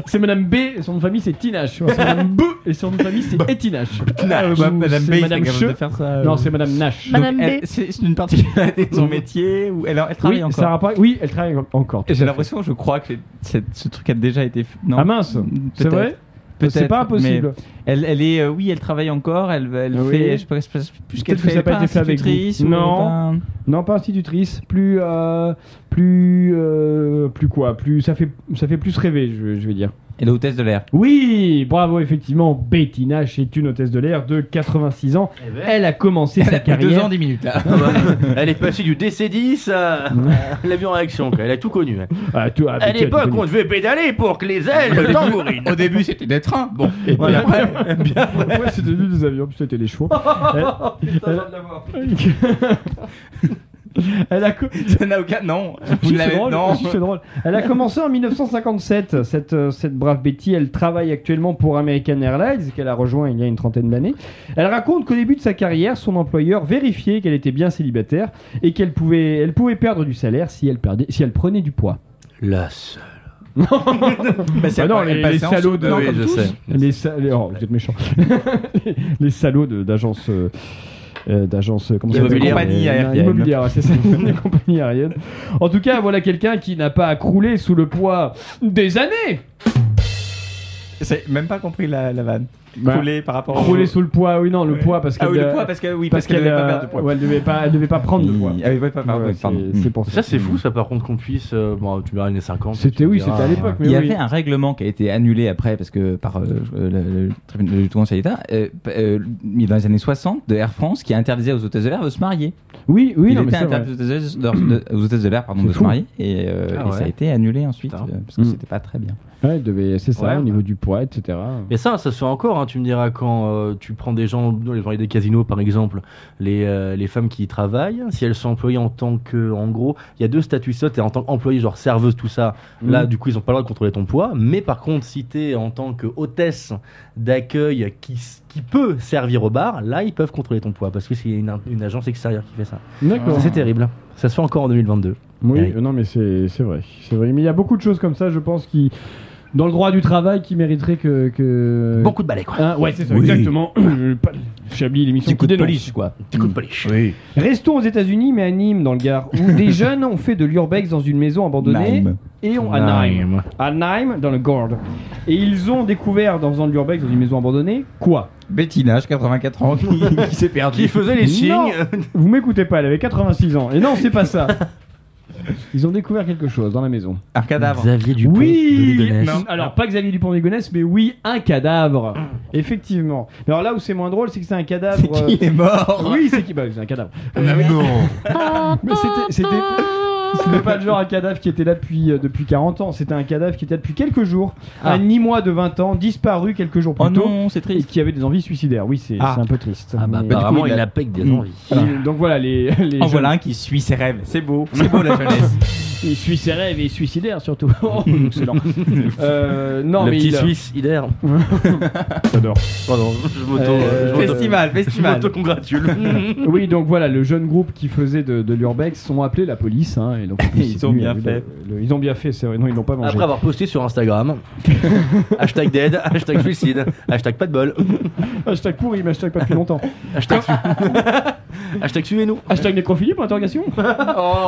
S1: C'est Madame B, et son nom de famille c'est Tinache. C'est Madame B, et son nom de famille c'est Etinache.
S2: Nash. Bah,
S1: Ou
S2: Madame
S1: euh, c'est
S2: B, il serait
S1: Madame
S2: capable de
S1: Che.
S2: faire ça,
S1: Non,
S2: euh.
S1: c'est Madame Nash.
S2: Donc, elle- C'est c'est une particularité de son métier où elle, elle travaille
S1: oui,
S2: encore.
S1: ça rapporte- oui, elle travaille encore.
S2: Et J'ai l'impression, je crois que les- cette- ce truc a déjà été. fait. Non.
S1: Ah mince, c'est
S2: Peut-être.
S1: vrai
S2: Peut-être.
S1: C'est pas impossible.
S2: mais Elle, elle est, euh, oui, elle travaille encore. Elle, elle
S1: Ah Oui.
S2: fait, je sais pas, je sais pas plus qu'elle
S1: Peut-être que
S2: fait.
S1: ça n'a pas été fait avec
S2: institutrice
S1: vous.
S2: ou
S1: Non,
S2: pas-
S1: non, pas institutrice. Plus, euh, plus, euh, plus quoi Plus ça fait, ça fait plus rêver, je, je vais dire.
S2: Elle est hôtesse de l'air.
S1: Oui, bravo, effectivement, Betty Nash est une hôtesse de l'air de 86 ans. Elle a commencé sa
S3: pris deux
S1: carrière.
S3: ans, dix
S2: minutes.
S3: Ah bah, elle est passée du DC-10 à à l'avion en action, quoi. elle a tout connu. hein.
S1: Ah, tout- ah,
S3: À
S1: mais quel-
S3: l'époque, on devait pédaler pour que les ailes tambourinent.
S2: Au début, c'était des trains. Bon,
S1: Et puis
S3: Voilà.
S1: après, après, c'était devenu des avions, puis c'était des chevaux. Elle- Elle a co-
S2: Ça n'a aucun. Non. Vous
S1: Si,
S2: l'avez-
S1: c'est drôle,
S2: Non.
S1: si, c'est drôle. Elle a commencé en 1957, cette, euh, cette brave Betty. Elle travaille actuellement pour American Airlines, qu'elle a rejoint il y a une trentaine d'années. Elle raconte qu'au début de sa carrière, son employeur vérifiait qu'elle était bien célibataire et qu'elle pouvait, elle pouvait perdre du salaire si elle, perdait, si elle prenait du poids.
S23: La seule.
S2: Bah
S1: Bah non,
S2: elle
S1: les,
S2: passait
S1: les
S2: en
S1: salauds
S2: soude,
S1: de. non,
S2: oui,
S1: comme
S2: je
S1: tous.
S2: sais.
S1: Les sa- les- oh, vous êtes méchants. les salauds de- d'agence. euh, euh, d'agence euh, comment ça s'appelle
S2: Immobilière. Compagnie
S1: Euh,
S2: aérienne.
S1: immobilière, ouais, c'est ça des compagnies aériennes en tout cas voilà quelqu'un qui n'a pas à crouler sous le poids des années
S2: C'est même pas compris la, la vanne.
S1: Bah,
S2: Couler par rapport. au-
S1: crouler sous le poids oui non le poids parce que
S2: Oh. Ah oui, le poids, parce que- oui, parce qu'elle devait pas perdre de poids.
S1: ouais, elle devait pas elle devait pas prendre de poids
S2: Ah oui, ouais, pas- pardon,
S1: Ouais,
S2: pardon. Mm.
S1: c'est- c'est pour ça
S3: Ça, c'est fou, ça, par contre, qu'on puisse. euh, bon, tu verras, les années 50.
S1: C'était-
S3: tu me
S1: oui,
S3: diras,
S1: c'était à l'époque, mais
S2: Il y
S1: oui.
S2: avait un règlement qui a été annulé après parce que par euh, le, le tribunal du Conseil d'État euh, p- euh, mis dans les années 60 de Air France qui interdisait aux hôtesses de l'air de se marier.
S1: oui oui
S2: Il
S1: non, mais
S2: était
S1: c'est vrai.
S2: interdit aux hôtesses de, de- aux hôtesses de l'air pardon,
S1: C'est
S2: de se
S1: fou.
S2: marier et, euh,
S3: Ah
S2: et
S3: ouais.
S2: ça a été annulé ensuite euh, parce que
S1: Mm.
S2: c'était pas très bien.
S1: Ouais, elle devait c'est ça
S3: Ouais,
S1: au
S3: ouais.
S1: niveau du poids etc
S3: Mais ça, ça se fait encore. hein, tu me diras quand euh, tu prends des gens, dans les gens des casinos par exemple, les, euh, les femmes qui y travaillent, si elles sont employées en tant que, en gros, il y a deux statuts ça, t'es en tant qu'employée, genre serveuse, tout ça.
S2: Mm.
S1: Mhm.
S3: Là, du coup, ils ont pas le droit de contrôler ton poids. Mais par contre, si t'es en tant que hôtesse d'accueil qui, s- qui peut servir au bar, là, ils peuvent contrôler ton poids parce que c'est une, une agence extérieure qui fait ça.
S1: d'accord
S3: C'est terrible. Ça se fait encore en 2022.
S1: Oui,
S3: Ouais.
S1: euh, non, mais c'est c'est vrai, c'est vrai. Mais il y a beaucoup de choses comme ça, je pense, qui dans le droit du travail, qui mériteraient que, que...
S3: Bon coup de balai, quoi.
S1: Hein, ouais, c'est ça,
S2: Oui.
S1: exactement. Pas- Chablis, l'émission
S2: Petit coup
S1: qui
S2: de
S1: dénonce.
S2: police quoi.
S3: Petit coup de polish.
S1: Restons aux États-Unis, mais à Nîmes, dans le Gard, où des jeunes ont fait de l'urbex dans une maison abandonnée
S2: Nîmes.
S1: et ont à Nîmes, à Nîmes, dans le Gard. Et ils ont découvert, dans faisant de l'urbex dans une maison abandonnée, quoi
S2: Bettinage 84 ans qui, qui s'est perdu.
S3: Qui faisait les
S1: Non,
S3: signes
S1: Vous m'écoutez pas, elle avait 86 ans. Et non, c'est pas ça. Ils ont découvert quelque chose dans la maison.
S2: Un cadavre.
S23: Xavier Dupont de
S1: Oui
S23: Ligonnès.
S1: Non, Alors, pas Xavier Dupont-Ligonnès, mais oui, un cadavre. Effectivement. Mais Alors là où c'est moins drôle, c'est que c'est un cadavre...
S2: C'est qui est mort
S1: euh, Oui, c'est qui bah, C'est un cadavre.
S2: Non.
S1: Mais c'était... c'était... C'était pas le genre un cadavre qui était là depuis, euh, depuis 40 ans, c'était un cadavre qui était là depuis quelques jours.
S2: Ah.
S1: Un Nîmois de 20 ans, disparu quelques jours plus
S2: Oh
S1: tôt,
S2: non, c'est
S1: et
S2: triste.
S1: qui avait des envies suicidaires. Oui, c'est
S2: Ah.
S1: c'est un peu triste.
S23: Ah bah,
S1: Mais-
S23: apparemment,
S2: il
S23: il
S2: a-
S23: a pec des envies.
S1: Il- donc voilà, les, les
S2: En
S1: jeunes-
S2: voilà un qui suit ses rêves. C'est beau. C'est beau la jeunesse.
S1: Il suit ses rêves et il suicidaire surtout. Oh, excellent. Euh, non,
S3: Le
S1: mais
S3: petit
S1: il-
S3: Suisse, il erre.
S1: J'adore.
S3: Pardon, je m'auto.
S1: Euh,
S3: je m'auto-
S2: Festival,
S3: je
S2: festival.
S3: m'auto-congratule.
S1: Oui, donc voilà, le jeune groupe qui faisait de, de l'urbex sont appelés la police. hein, et donc, la police
S2: Ils
S1: est
S2: ont
S1: venue,
S2: bien
S1: euh,
S2: fait.
S1: le- le- ils ont bien fait, c'est vrai. Non, ils n'ont pas mangé.
S3: Après avoir posté sur Instagram, hashtag dead, hashtag suicide, hashtag pas de bol,
S1: hashtag pourri, mais hashtag pas depuis longtemps.
S3: hashtag, su- hashtag suivez-nous,
S1: hashtag nécrophilie pour interrogation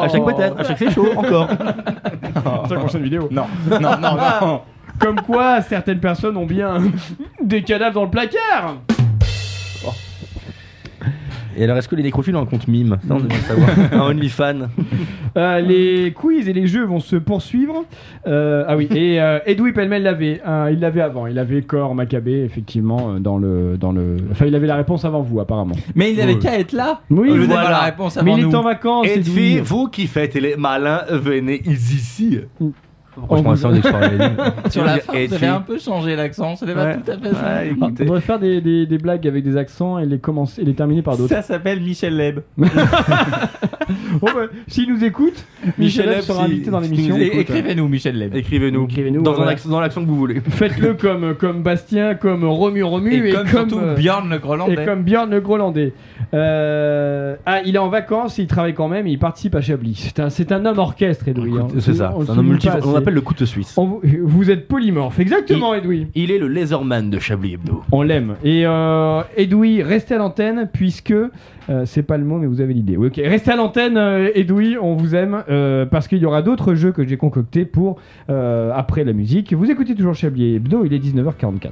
S3: hashtag peut-être, hashtag c'est chaud encore.
S1: Hashtag prochaine vidéo.
S2: Oh. Non, non, non, non.
S1: Comme quoi, certaines personnes ont bien des cadavres dans le placard.
S3: Et alors, est-ce que les nécrophiles ont un compte mime Ça, on devrait le savoir. un OnlyFan.
S1: Euh, les quiz et les jeux vont se poursuivre. Euh, ah oui, et euh, Edoui Pellemel l'avait. hein, il l'avait avant. Il avait Corps Maccabé, effectivement, euh, dans le, dans le. Enfin, il avait la réponse avant vous, apparemment.
S22: Mais il avait qu'à être là.
S1: Oui,
S22: au lieu d'avoir
S1: voilà.
S22: Ah, la réponse avant
S1: Mais il est
S22: nous.
S1: en vacances.
S3: Et
S1: Edoui.
S3: puis, vous qui faites les malins, venez ici.
S1: On vous-
S22: Sur la fin, vous avez un peu changé l'accent, ce n'est pas tout à fait Ah, ça.
S1: Ah, On devrait faire des, des- des blagues avec des accents et les, commencer, et les terminer par d'autres.
S22: Ça s'appelle Michel Leb.
S1: Bon, bah, S'il nous écoute, Michel Leb sera invité dans l'émission.
S22: Écrivez-nous, Michel Leb.
S3: Écrivez-nous.
S1: Écrivez-nous,
S3: Dans, un
S1: voilà.
S3: accent- dans l'action que vous voulez.
S1: Faites-le comme, comme Bastien, comme Romu Romu
S22: Et
S1: et,
S22: comme surtout
S1: euh,
S22: Bjorn le Groenlandais.
S1: Et comme Bjorn le Groenlandais. Euh, ah, il est en vacances, il travaille quand même, il participe à Chablis. C'est un, c'est un homme orchestre, Edoui. hein.
S3: C'est ça.
S1: On
S3: c'est
S1: le
S3: un homme
S1: souligne
S3: multi-
S1: pas
S3: On
S1: assez.
S3: l'appelle le couteau suisse.
S1: On vous- Vous êtes polymorphe, exactement, Edoui.
S3: Il est le laserman de Chablis Hebdo.
S1: On l'aime. Et euh, Edoui, restez à l'antenne puisque euh, c'est pas le mot, mais vous avez l'idée. Oui, ok. Restez à l'antenne, euh, Edoui. On vous aime euh, parce qu'il y aura d'autres jeux que j'ai concoctés pour euh, après la musique. Vous écoutez toujours Chablier Hebdo. Il est 19h44.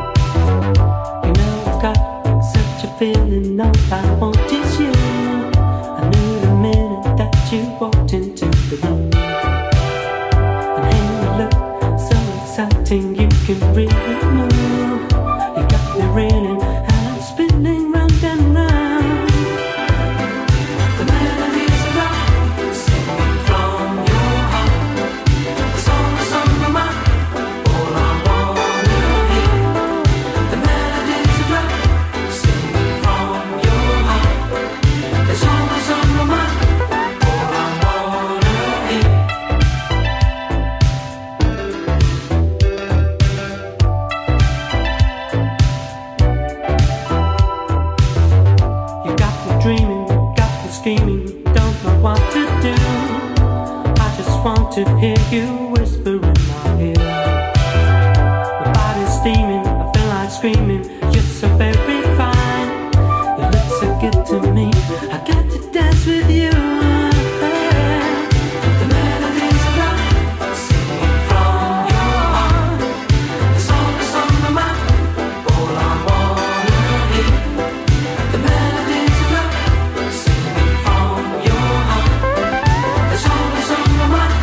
S20: You know I've got such a feeling all I want is you. I knew the minute that you walked into the room. And hey, you look so exciting, you can really move. You got me reeling, and I'm spinning round and round. The melodies of love singing from your heart. The song is on my mind, all I wanna hear. The melodies of love sing from your heart. There's always on my mind all I wanna hear. You got me dreaming, you got me scheming, don't know what to do. I just want to hear you whisper in my ear. My body's steaming, I feel like screaming. You're so very fine. You look so good to me. I got to dance with you. The melodies of love singing from your heart. The song is on my mind. All I wanna hear. The melodies of love singing from your heart. The song is on my mind.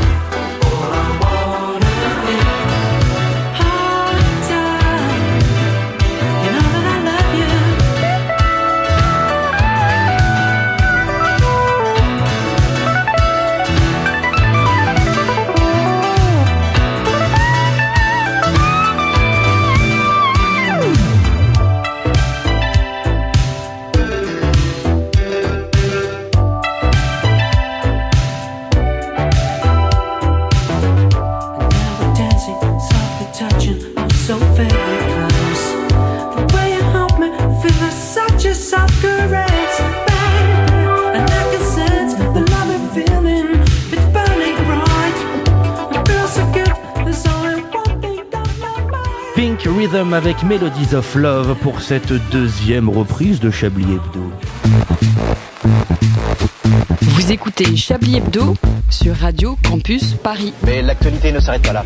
S20: All I wanna hear. We're dancing, softly touching, I'm so very close. The way you hold me feels such a soft caress, baby. And I can sense the love I'm feeling, it's burning bright. It feels so good, there's only one thing that
S17: Pink Rhythm avec Melodies of Love pour cette deuxième reprise de Chablis Hebdo.
S11: Vous écoutez Chablis Hebdo sur Radio Campus Paris.
S7: Mais l'actualité ne s'arrête pas là.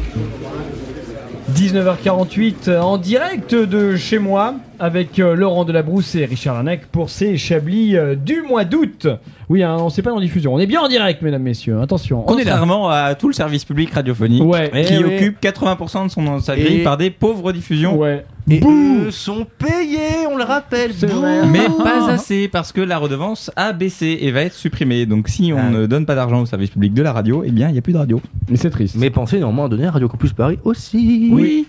S1: 19h48 euh, en direct de chez moi avec euh, Laurent Delabrousse et Richard Larnac pour ces Chablis euh, du mois d'août. Oui, hein, on sait pas en diffusion. On est bien en direct, mesdames, messieurs. Attention. On est là.
S22: Contrairement à tout le service public radiophonique
S1: Ouais.
S22: qui
S1: Eh oui.
S22: occupe 80% de son, sa
S1: Et-
S22: grille par des pauvres diffusions.
S1: Ouais.
S3: Et eux sont payés, on le rappelle. Bouh.
S22: Mais pas assez parce que la redevance a baissé et va être supprimée. Donc si on ne donne pas d'argent au service public de la radio, eh bien il n'y a plus de radio.
S1: Mais c'est triste.
S3: Mais pensez néanmoins à donner à Radio Campus Paris aussi.
S22: Oui.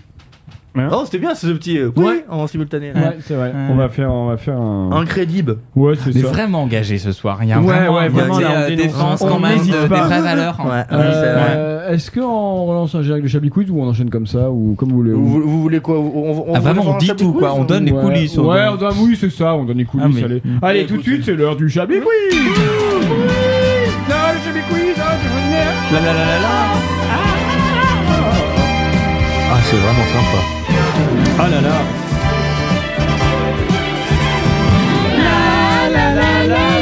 S3: Oh, c'était bien ce petit euh, oui en simultané.
S1: Ouais, c'est vrai. On va faire, on va faire un.
S3: Un crédit.
S1: Ouais, c'est
S22: Mais
S1: ça.
S22: vraiment engagé ce soir. Il y a
S1: Ouais,
S22: vraiment,
S1: ouais,
S22: il y a
S1: vraiment,
S22: des,
S1: là, on
S22: euh,
S1: dénonce.
S22: défense
S1: On
S22: quand même, de-
S1: n'hésite
S22: des
S1: pas.
S22: vraies valeurs.
S2: Ah
S1: Euh, Est-ce qu'on relance un direct de Chablis Quiz ou on enchaîne comme ça ou comme vous voulez
S3: Vous, vous voulez quoi on, on-
S22: Ah, vraiment,
S3: veut faire
S22: on
S3: un
S22: dit
S3: Chablis
S22: tout,
S3: Quiz,
S22: quoi. On
S3: ou-
S22: donne les
S1: Ouais,
S22: coulisses, on
S1: Ouais,
S22: donne-
S1: on donne- oui, c'est ça, on donne les coulisses.
S22: Ah, mais-
S1: allez, Allez, tout de suite, c'est l'heure du
S22: Hein
S1: Chablis Quiz hein,
S22: La la la la la.
S3: Ah, c'est vraiment sympa.
S1: Ah là là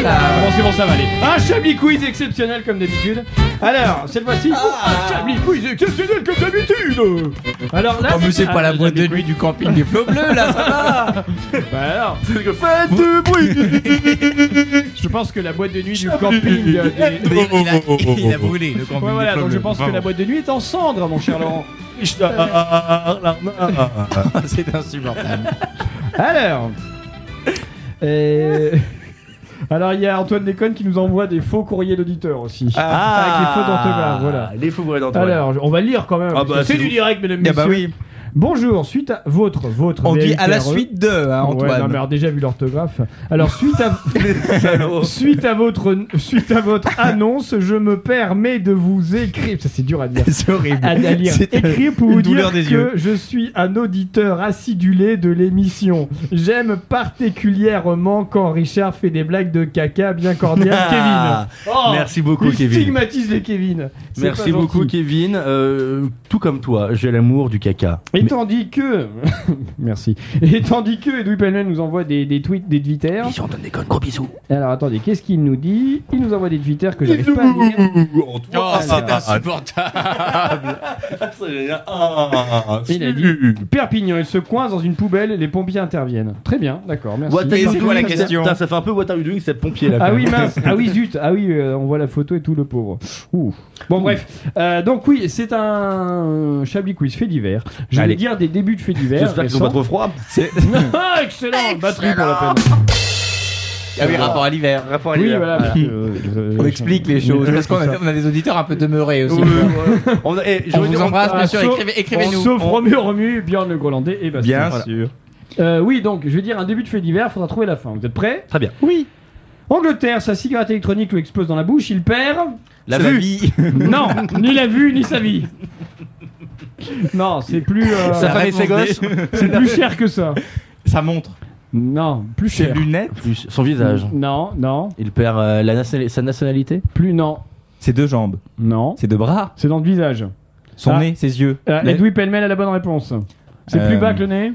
S1: Bon, c'est bon, ça va aller. Un Chablis Quiz exceptionnel comme d'habitude. Alors, cette fois-ci, un Chablis Quiz exceptionnel comme d'habitude Alors là,
S22: En plus, c'est
S1: ah,
S22: pas la
S1: le
S22: boîte de
S1: Chablis
S22: nuit du camping des flots bleus, là, ça va
S1: Quiz. Bah alors,
S3: Faites du bruit
S1: je pense que la boîte de nuit du camping euh, des-
S22: Mais il, a, il a brûlé le camping
S1: Ouais, voilà,
S22: des flots
S1: donc je
S22: bleus.
S1: pense que la boîte de nuit est en cendres, mon cher Laurent. Ah,
S22: Bravo. C'est insupportable.
S1: Alors, euh, alors il y a Antoine Déconne qui nous envoie des faux courriers d'auditeurs aussi.
S22: Ah.
S1: Avec les faux d'orthographe, voilà.
S3: Ah, Les faux bruits d'Antoine.
S1: Alors, on va le lire quand même.
S3: Ah
S1: parce
S3: bah,
S1: que c'est
S3: c'est
S1: du
S3: vous.
S1: direct, mesdames,
S22: Ah
S1: messieurs.
S22: bah oui,
S1: Bonjour, suite à votre, votre.
S22: on dit à la
S1: VLTRE.
S22: suite de, hein,
S1: Ouais, non, mais
S22: Antoine.
S1: alors, déjà vu l'orthographe. Alors suite à
S3: Salaud.
S1: suite à votre suite à votre annonce, je me permets de vous écrire. Ça c'est dur à dire.
S22: C'est horrible.
S1: à, à lire.
S22: C'est-
S1: Écrire pour
S22: une
S1: vous
S22: douleur
S1: dire
S22: des
S1: que
S22: yeux.
S1: je suis un auditeur acidulé de l'émission. J'aime particulièrement quand Richard fait des blagues de caca bien cordiales.
S3: Ah,
S1: Kevin. Oh,
S3: Merci beaucoup,
S1: il
S3: Kevin.
S1: stigmatise les Kevin. C'est pas gentil.
S3: Merci beaucoup, Kevin. Euh, tout comme toi, j'ai l'amour du caca.
S1: Et
S3: Mais-
S1: tandis que. Merci. Et tandis que Edoui Pellemel nous envoie des, des tweets, des Twitter.
S3: Bisous, Antoine Déconne, gros bisous.
S1: Alors attendez, qu'est-ce qu'il nous dit Il nous envoie des Twitter que j'arrive pas à lire.
S22: Oh, c'est
S3: Ah,
S22: insupportable.
S3: ah, c'est génial. Ah,
S1: Il a dit Perpignan, il se coince dans une poubelle, les pompiers interviennent. Très bien, d'accord, merci.
S3: What are
S22: Mais
S3: you
S22: c'est quoi
S3: doing
S22: la question
S3: Putain, Ça fait un peu What are you doing, cette pompier là.
S1: Ah oui, mince, ah oui, zut, ah oui, euh, on voit la photo et tout, le pauvre. Ouh. Bon, bref, Euh, donc oui, c'est un Chablis Quiz fait divers. Je vais
S3: Allez.
S1: dire des débuts de fait divers.
S3: J'espère qu'ils sont
S1: récents.
S3: pas trop froids.
S1: Ah, excellent, batterie pour la peine.
S22: Ah oui, rapport à l'hiver.
S3: Rapport
S1: Oui,
S3: l'hiver.
S1: voilà. parce que, euh, je-
S22: On
S1: je-
S22: explique les choses. Parce qu'on a, on a des auditeurs un peu demeurés aussi.
S3: Ouais, ouais. On a- eh,
S22: On
S3: j'aurais dit-
S22: vous
S3: on-
S22: embrasse, bien
S1: Ah,
S22: sûr.
S1: sauf-
S22: écrivez- Écrivez-nous.
S1: Sauf Romu Romu, Bjorn le Groenlandais et Bastien.
S22: Bien
S1: Voilà.
S22: sûr.
S1: Euh, oui, donc, je vais dire un début de fait divers, faudra trouver la fin. Vous êtes prêts
S3: Très bien.
S1: Oui. Angleterre, sa cigarette électronique lui explose dans la bouche, il perd.
S22: La
S3: C'est la
S22: vie.
S1: Non, ni la vue, ni sa vie. Non, c'est plus, euh,
S3: Sa femme et ses
S22: réponse
S3: gosses.
S1: c'est plus cher que ça.
S22: Ça montre.
S1: Non, plus
S22: Ses
S1: cher.
S22: lunettes.
S3: Plus son visage.
S1: Non, non,
S3: Il perd euh, la nationa- sa nationalité.
S1: plus non,
S22: Ses deux jambes.
S1: non.
S22: Ses deux bras.
S1: C'est dans le visage.
S22: Son
S1: Ah.
S22: nez. Ses yeux.
S1: Euh,
S22: la,
S1: Edoui Pellemel a la bonne réponse. C'est
S22: Euh,
S1: plus bas que le nez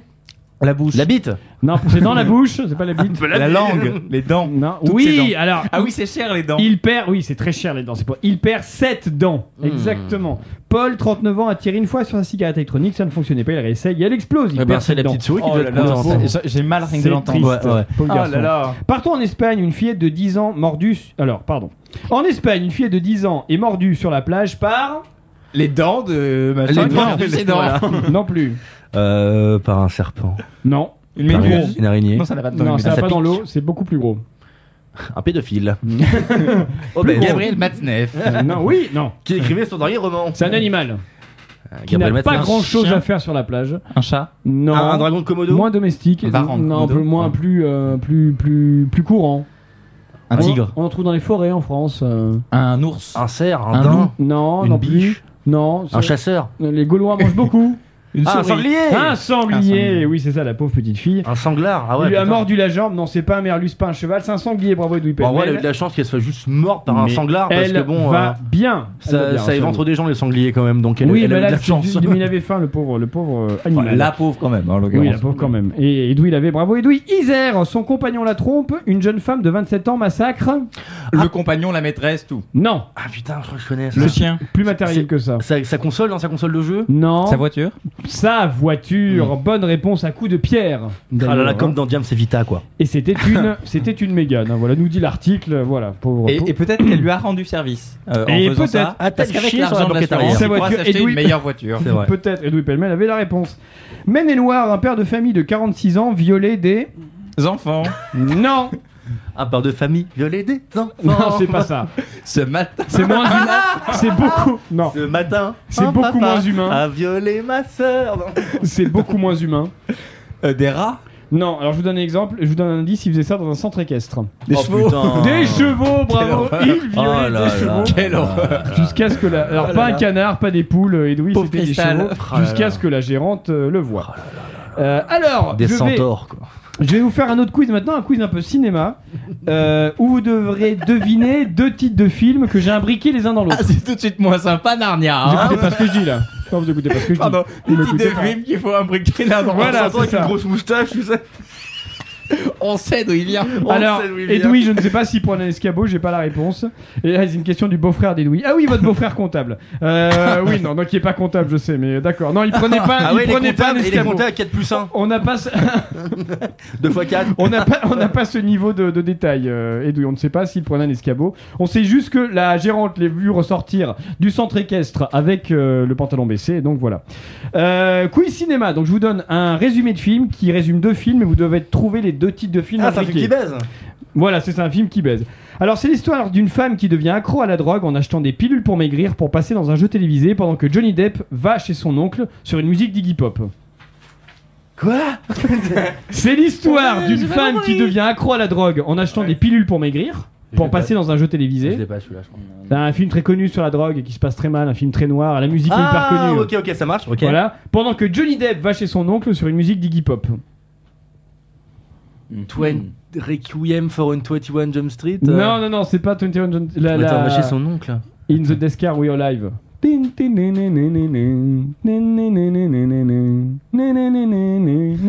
S22: la bouche.
S3: La bite.
S1: Non, c'est dans la bouche, c'est pas la bite.
S22: la, langue. Les dents.
S1: Non.
S22: Toutes ses
S1: Oui,
S22: dents.
S1: alors
S22: Ah oui, c'est cher les dents.
S1: Il perd, oui, c'est très cher les dents. C'est pas- Il perd 7 dents.
S22: Hmm.
S1: Exactement. Paul, 39 ans, a tiré une fois sur sa cigarette électronique, ça ne fonctionnait pas, il réessaye, elle explose. Il
S3: Eh ben,
S1: perd
S3: c'est
S1: sept
S3: la
S1: dents.
S3: petite souris qui
S22: Oh
S3: doit
S22: là
S3: être
S22: là,
S3: contente.
S22: c'est- J'ai mal rien que
S1: C'est
S22: l'entendre.
S1: triste.
S3: Ouais, ouais.
S1: Pauvre
S22: Ah
S1: garçon.
S22: là là.
S1: Partons en Espagne, une fillette de 10 ans mordue. Alors, pardon. En Espagne, une fillette de 10 ans est mordue sur la plage par.
S22: Les dents de
S3: Les
S1: Ah,
S22: machin. qui
S3: dents.
S22: ont perdu ses dents.
S3: Voilà.
S1: non plus.
S3: Euh, par un serpent.
S1: Non.
S22: Une
S3: Par
S22: méduse.
S3: une araignée.
S22: Non, ça n'a pas de
S1: non,
S22: dents.
S1: ça
S3: ça
S1: va pas
S3: pique.
S1: dans l'eau, c'est beaucoup plus gros.
S3: Un pédophile.
S1: Plus gros.
S22: Gabriel Matzneff.
S1: Euh, non, oui, non.
S3: Qui écrivait son dernier roman.
S1: C'est un animal qui
S3: Gabriel
S1: n'a pas
S3: Matzneff.
S1: grand chose
S22: chien.
S1: à faire sur la plage.
S22: Un chat.
S1: Non.
S3: Un, un dragon de Komodo.
S1: Moins domestique.
S22: Un varan,
S1: non, un peu
S22: Komodo.
S1: moins,
S22: Ouais.
S1: plus, euh, plus, plus, plus courant.
S22: Un
S1: On-
S22: tigre.
S1: On en trouve dans les forêts en France. euh.
S22: Un ours.
S3: Un cerf, un,
S22: Un
S3: daim,
S22: loup.
S1: Non,
S3: Une
S1: non
S3: biche.
S1: plus. Non.
S3: un
S1: ça-
S3: chasseur,
S1: Les Gaulois mangent beaucoup.
S22: Une
S3: Ah, un
S22: souris.
S3: sanglier,
S1: Un
S22: Un
S1: sanglier.
S22: sanglier.
S1: Oui, c'est ça, la pauvre petite fille.
S3: un sanglard. Ah ouais,
S1: il lui a
S3: putain.
S1: mordu la jambe. Non, c'est pas un merlu, c'est pas un cheval, c'est un sanglier. Bravo, Edoui
S3: Bon, en vrai, elle a eu
S1: Pellemel.
S3: de la chance qu'elle soit juste morte par un
S1: Mais
S3: sanglard parce
S1: Elle
S3: que bon,
S1: va
S3: euh,
S1: bien. Elle va
S3: ça,
S1: bien,
S3: ça éventre
S1: absolument.
S3: des gens les sangliers quand même, donc elle,
S1: Oui,
S3: elle
S1: mais
S3: a eu de
S1: là,
S3: la chance. Oh,
S1: c'est- il avait faim, le pauvre, le pauvre euh,
S22: Voilà,
S1: animal.
S22: La pauvre quand même, en l'occurrence.
S1: Oui, la pauvre quand même. Et Edoui l'avait, bravo Edoui. Isère, son compagnon la trompe, une jeune femme de 27 ans massacre.
S22: Le compagnon, la maîtresse, tout.
S1: Non,
S3: Ah putain, je crois que je connais ça.
S22: Le chien.
S1: plus matériel que ça.
S3: Sa, sa hein, console, dans sa console de jeu
S1: Non.
S22: Sa voiture.
S1: Sa voiture. Bonne réponse à coup de pierre.
S3: Ah là là,
S1: D'ailleurs,
S3: comme
S1: hein.
S3: dans Diam, c'est Vita, quoi.
S1: Et c'était une, c'était une Mégane. hein, voilà, nous dit l'article. Voilà, pauvre.
S2: Et, et peut-être qu'elle lui a rendu service euh, en
S1: Et
S2: faisant
S1: peut-être. Ah,
S2: ça. Parce qu'avec l'argent de l'assurance,
S1: Sa
S2: il pourra
S1: voiture,
S2: s'acheter
S1: Edoui-
S2: une meilleure voiture.
S1: Peut-être. Edoui Pellemel avait la réponse. Maine et Loire, un père de famille de 46 ans violé des.
S2: enfants.
S1: Non
S3: Un père de famille violé des enfants.
S1: Non, c'est pas ça.
S2: Ce matin.
S1: C'est moins humain. C'est beaucoup. Non.
S3: Ce matin.
S1: C'est
S3: un
S1: beaucoup
S3: papa
S1: moins humain.
S3: A violé ma sœur.
S1: C'est beaucoup moins humain.
S2: euh, des rats
S1: Non, alors je vous donne un exemple, je vous donne un indice, il faisait ça dans un centre équestre.
S2: Des Oh, chevaux. putain.
S1: Des chevaux, bravo
S2: Quelle horreur.
S1: Il violait
S2: Oh là
S1: des
S2: là
S1: chevaux.
S2: là Quelle là horreur.
S1: Jusqu'à ce que la... Alors
S2: Oh là
S1: pas un
S2: là.
S1: canard, pas des poules, euh, Edoui,
S2: Pauvre
S1: c'était des
S2: Cristal.
S1: chevaux.
S2: Oh là Oh
S1: Jusqu'à
S2: là.
S1: ce que la gérante euh, le voie. Euh, alors,
S3: Des
S1: je vais-
S3: centaures, quoi.
S1: Je vais vous faire un autre quiz maintenant, un quiz un peu cinéma, euh, où vous devrez deviner deux titres de films que j'ai imbriqués les uns dans l'autre.
S2: ah, c'est tout de suite moins sympa, Narnia.
S1: Vous
S2: hein.
S1: écoutez pas ce que je dis là. Non, vous écoutez pas ce que je dis.
S2: Pardon,
S1: Vous
S2: les titres
S1: m'écoutez
S2: de
S1: pas.
S2: films qu'il faut imbriquer là dans
S1: Voilà, c'est ça.
S2: moustache, tu sais. On sait d'où il vient. On
S1: Alors,
S2: sait d'où il vient.
S1: Edoui, je ne sais pas s'il prend un escabeau, j'ai pas la réponse. Et là, c'est une question du beau-frère d'Edoui. Ah oui, votre beau-frère comptable. Euh, oui, non, donc il est pas comptable, je sais, mais d'accord. Non, il prenait pas,
S3: Ah
S1: il
S3: ouais, il est
S1: prenait pas un
S3: comptable, il est
S1: escabeau.
S3: compté à 4 plus 1.
S1: On n'a pas ce...
S3: 2 x 4.
S1: On n'a pas, on n'a pas ce niveau de, de détail, euh, Edoui. On ne sait pas s'il prenait un escabeau. On sait juste que la gérante les vu ressortir du centre équestre avec euh, le pantalon baissé. et Donc voilà. Euh, quiz cinéma. Donc je vous donne un résumé de film qui résume deux films et vous devez trouver les deux titres de films.
S3: Ah, c'est un film
S1: imbriqués.
S3: qui baise.
S1: Voilà, c'est un film qui baise. Alors, c'est l'histoire d'une femme qui devient accro à la drogue en achetant des pilules pour maigrir pour passer dans un jeu télévisé pendant que Johnny Depp va chez son oncle sur une musique d'Iggy Pop.
S3: Quoi
S1: C'est l'histoire
S3: Ouais,
S1: d'une
S3: j'ai pas
S1: femme
S3: compris.
S1: qui devient accro à la drogue en achetant des pilules pour maigrir pour passer dans un jeu télévisé.
S3: pas celui-là, je crois.
S1: Un film très connu sur la drogue et qui se passe très mal, un film très noir, la musique est hyper
S3: Ah,
S1: connue.
S3: ok, ok, ça marche. ok.
S1: Voilà. Pendant que Johnny Depp va chez son oncle sur une musique d'Iggy Pop.
S3: Twen- Requiem for a 21 Jump Street. euh,
S1: Non, non, non, c'est pas 21 Jump Street. La,
S3: Attends,
S1: la-
S3: va chez son oncle.
S1: In the Desk Car We Are Live.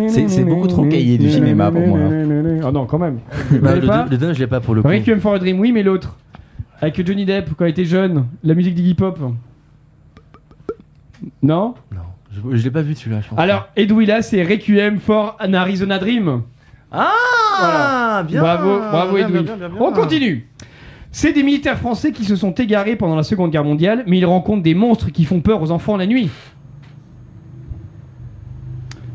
S2: C'est- c'est beaucoup trop cahier du cinéma pour moi, hein. là.
S1: Ah non, quand même. Vous
S3: Bah,
S1: l'avez
S3: le
S1: pas
S3: deux- le deux, je l'ai pas pour le coup.
S1: Requiem for a Dream, oui, mais l'autre. Avec Johnny Depp quand il était jeune, la musique d'Iggy Pop. Non
S3: Je, je l'ai pas vu celui-là, je pense.
S1: Alors, Edoui là, c'est Requiem for an Arizona Dream.
S3: Ah bien
S1: Bravo, bravo
S3: Bien,
S1: Edoui.
S3: bien, bien, bien, bien.
S1: On continue. C'est des militaires français qui se sont égarés pendant la Seconde Guerre mondiale, mais ils rencontrent des monstres qui font peur aux enfants la nuit.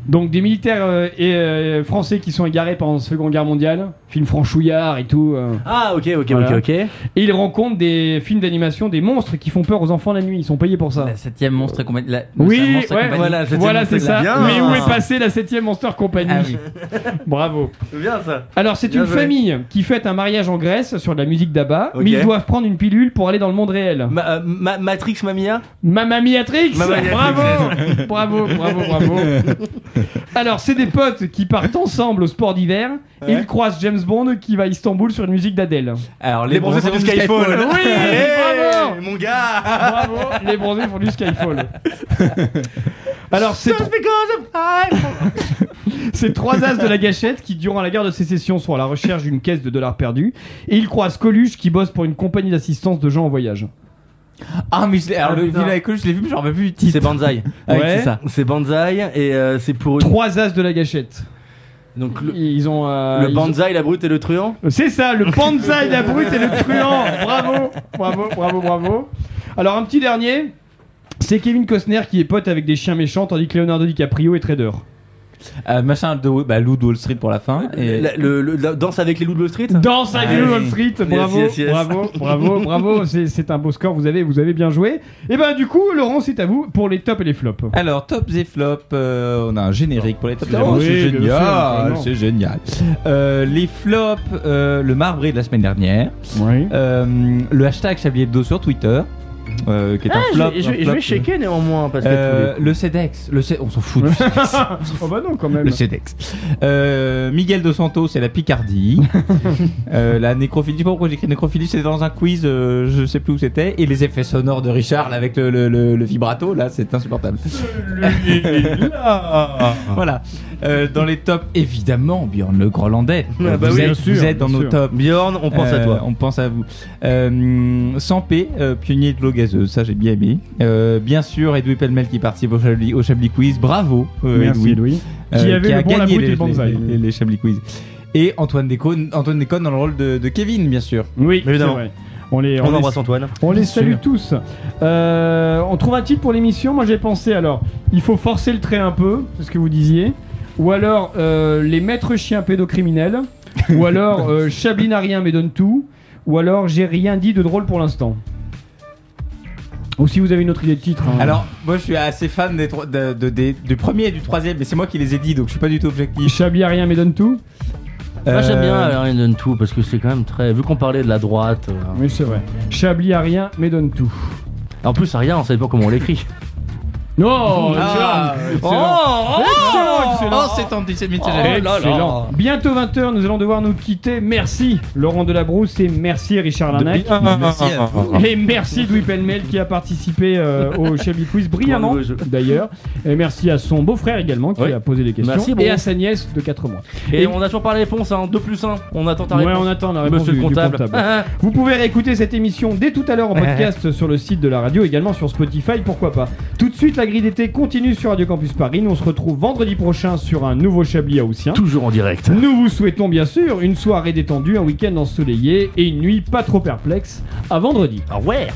S1: Donc des militaires euh, et, euh, français qui sont égarés pendant la Seconde Guerre mondiale, film franchouillard et tout. euh.
S3: Ah, ok, ok,
S1: Voilà.
S3: ok, ok.
S1: Et ils rencontrent des films d'animation, des monstres qui font peur aux enfants la nuit. Ils sont payés pour ça.
S2: La septième monstre et compagnie. la- la
S1: Oui,
S2: monstre et
S1: ouais,
S2: compagnie.
S1: voilà,
S3: septième
S1: c'est
S3: Monster
S1: ça.
S3: Company.
S1: Mais
S3: Bien.
S1: où est passée la 7 Monster Company
S2: Ah oui.
S1: Bravo.
S3: C'est bien ça.
S1: Alors, c'est
S3: Bien
S1: une
S3: joué.
S1: famille qui fête un mariage en Grèce sur de la musique d'Abba,
S3: Ok.
S1: mais ils doivent prendre une pilule pour aller dans le monde réel.
S3: Ma- euh, ma- Matrix Mamia
S1: Mamma Miatrix
S3: Mamma Mia
S1: Bravo Bravo, bravo, bravo. Alors, c'est des potes qui partent ensemble au sport d'hiver et
S3: Ouais.
S1: ils croisent James Bond qui va à Istanbul sur une musique d'Adèle.
S2: Alors, les,
S3: Les bronzés, c'est du Skyfall.
S1: Oui, bravo.
S3: Allez, mon gars
S1: Bravo, les bronzés font du Skyfall. Alors, c'est
S3: Just because I'm-
S1: Ces trois as de la gâchette qui, durant la guerre de sécession, sont à la recherche d'une caisse de dollars perdus. Et ils croisent Coluche qui bosse pour une compagnie d'assistance de gens en voyage.
S2: Ah, mais je l'ai- alors, le
S3: putain.
S2: Villa avec eux, je l'ai vu, mais j'en rappelle plus du titre.
S3: C'est Banzai.
S2: Ah oui,
S1: Ouais.
S2: c'est ça.
S3: C'est Banzai et euh, c'est pour une-
S1: Trois as de la gâchette.
S3: Donc le,
S1: Ils ont. euh,
S3: le
S1: ils
S3: Banzai, la brute et le truand
S1: ont- C'est ça, le panzaï, la brute et le truand. Bravo, bravo, bravo, bravo. Alors, un petit dernier. C'est Kevin Costner qui est pote avec des chiens méchants, tandis que Leonardo DiCaprio est trader.
S2: Euh, machin de bah, Loup de Wall Street pour la fin. Et...
S3: La- le, le- la danse avec les loups de Wall Street
S1: Danse à
S2: Ouais.
S1: New Wall Street, bravo,
S3: yes, yes.
S1: bravo, bravo, bravo, c'est c'est un beau score, vous avez, vous avez bien joué. Et ben du coup, Laurent, c'est à vous pour les tops et les flops.
S2: Alors, tops et flops, euh, on a un générique pour les tops.
S3: Ah
S1: Évidemment,
S2: Oh, c'est
S1: oui, bien sûr,
S2: génial,
S1: évidemment.
S2: c'est génial. Euh, les flops, euh, le marbré de la semaine dernière,
S1: Oui.
S2: euh, le hashtag Chablier Hebdo sur Twitter, euh, qui est un flop.
S3: Ah, je,
S2: un
S3: je
S2: flop.
S3: vais checker néanmoins parce que
S2: Euh, le CEDEX, le C- on s'en fout. du CEDEX.
S1: oh bah non, quand même.
S2: Le CEDEX. Euh, Miguel de Santos, c'est la Picardie. Euh, la nécrophilie, je sais pas pourquoi j'écris nécrophilie, c'était dans un quiz, euh, je sais plus où c'était. Et les effets sonores de Richard là, avec le, le- le- le vibrato, là, c'est insupportable. voilà. Euh, dans les tops, évidemment, Bjorn le Groenlandais.
S3: Ah bah
S2: vous,
S3: oui,
S2: êtes,
S1: bien sûr,
S2: vous êtes dans
S1: bien
S2: nos
S1: sûr.
S2: tops.
S3: Bjorn, on pense à
S2: Euh,
S3: toi.
S2: On pense à vous. Euh, sans P, euh, pionnier de l'oga- gazeuse, ça j'ai bien aimé. Euh, bien sûr, Edoui Pellemel qui participe au Chablis, au Chablis Quiz, bravo euh,
S1: Merci, Edoui. Qui avait le
S2: a
S1: bon, la
S2: gagné
S1: brute et
S2: les,
S1: le bonsaï.
S2: les- les- les Chablis Quiz. Et Antoine Déconne, Antoine Déconne dans le rôle de, de Kevin, bien sûr.
S1: Oui, c'est vrai. On, Euh, les, les- On les salue tous. Euh, on trouve un titre pour l'émission. Moi, j'ai pensé alors, il faut forcer le trait un peu, c'est ce que vous disiez. Ou alors, euh, les maîtres chiens pédocriminels. ou alors, euh, Chablin n'a rien mais donne tout. Ou alors, j'ai rien dit de drôle pour l'instant. Ou si vous avez une autre idée de titre. hein.
S2: Alors, moi je suis assez fan des trois- de- de- des- du premier et du troisième, mais c'est moi qui les ai dit, donc je suis pas du tout objectif.
S1: Chablis a rien mais donne tout
S2: Euh,
S3: Moi j'aime bien euh, Rien donne tout parce que c'est quand même très. Vu qu'on parlait de la droite. euh,
S1: Oui, c'est vrai. Chablis a rien mais donne tout.
S3: En plus, rien, on savait pas comment on l'écrit.
S1: Non,
S2: Ah,
S1: excellent.
S2: excellent. Oh,
S1: excellent, excellent.
S2: oh, c'est antisémite, c'est
S1: Excellent.
S2: génial.
S1: Bientôt 20h, nous allons devoir nous quitter. Merci Laurent Delabrousse et merci Richard Larnac.
S2: Depuis- Merci à vous.
S1: Et merci Louis Penmel qui a participé euh, au Shelby Quiz brillamment d'ailleurs. Et merci à son beau-frère également qui
S3: Oui.
S1: a posé des questions.
S3: Merci,
S1: et
S3: bon.
S1: à sa nièce de 4 mois.
S3: Et, on a toujours pas la réponse, hein. 2 plus 1. On attend ta
S1: Ouais,
S3: réponse.
S1: on attend la réponse
S3: Monsieur
S1: du-
S3: le
S1: du
S3: comptable.
S1: comptable. Vous pouvez réécouter cette émission dès tout à l'heure en podcast sur le site de la radio, également sur Spotify, pourquoi pas. Tout de suite, la grille d'été continue sur Radio Campus Paris. Nous, on se retrouve vendredi prochain sur un nouveau Chablis haussien.
S3: Toujours en direct.
S1: Nous vous souhaitons bien sûr une soirée détendue, un week-end ensoleillé et une nuit pas trop perplexe. À vendredi.
S3: Ah ouais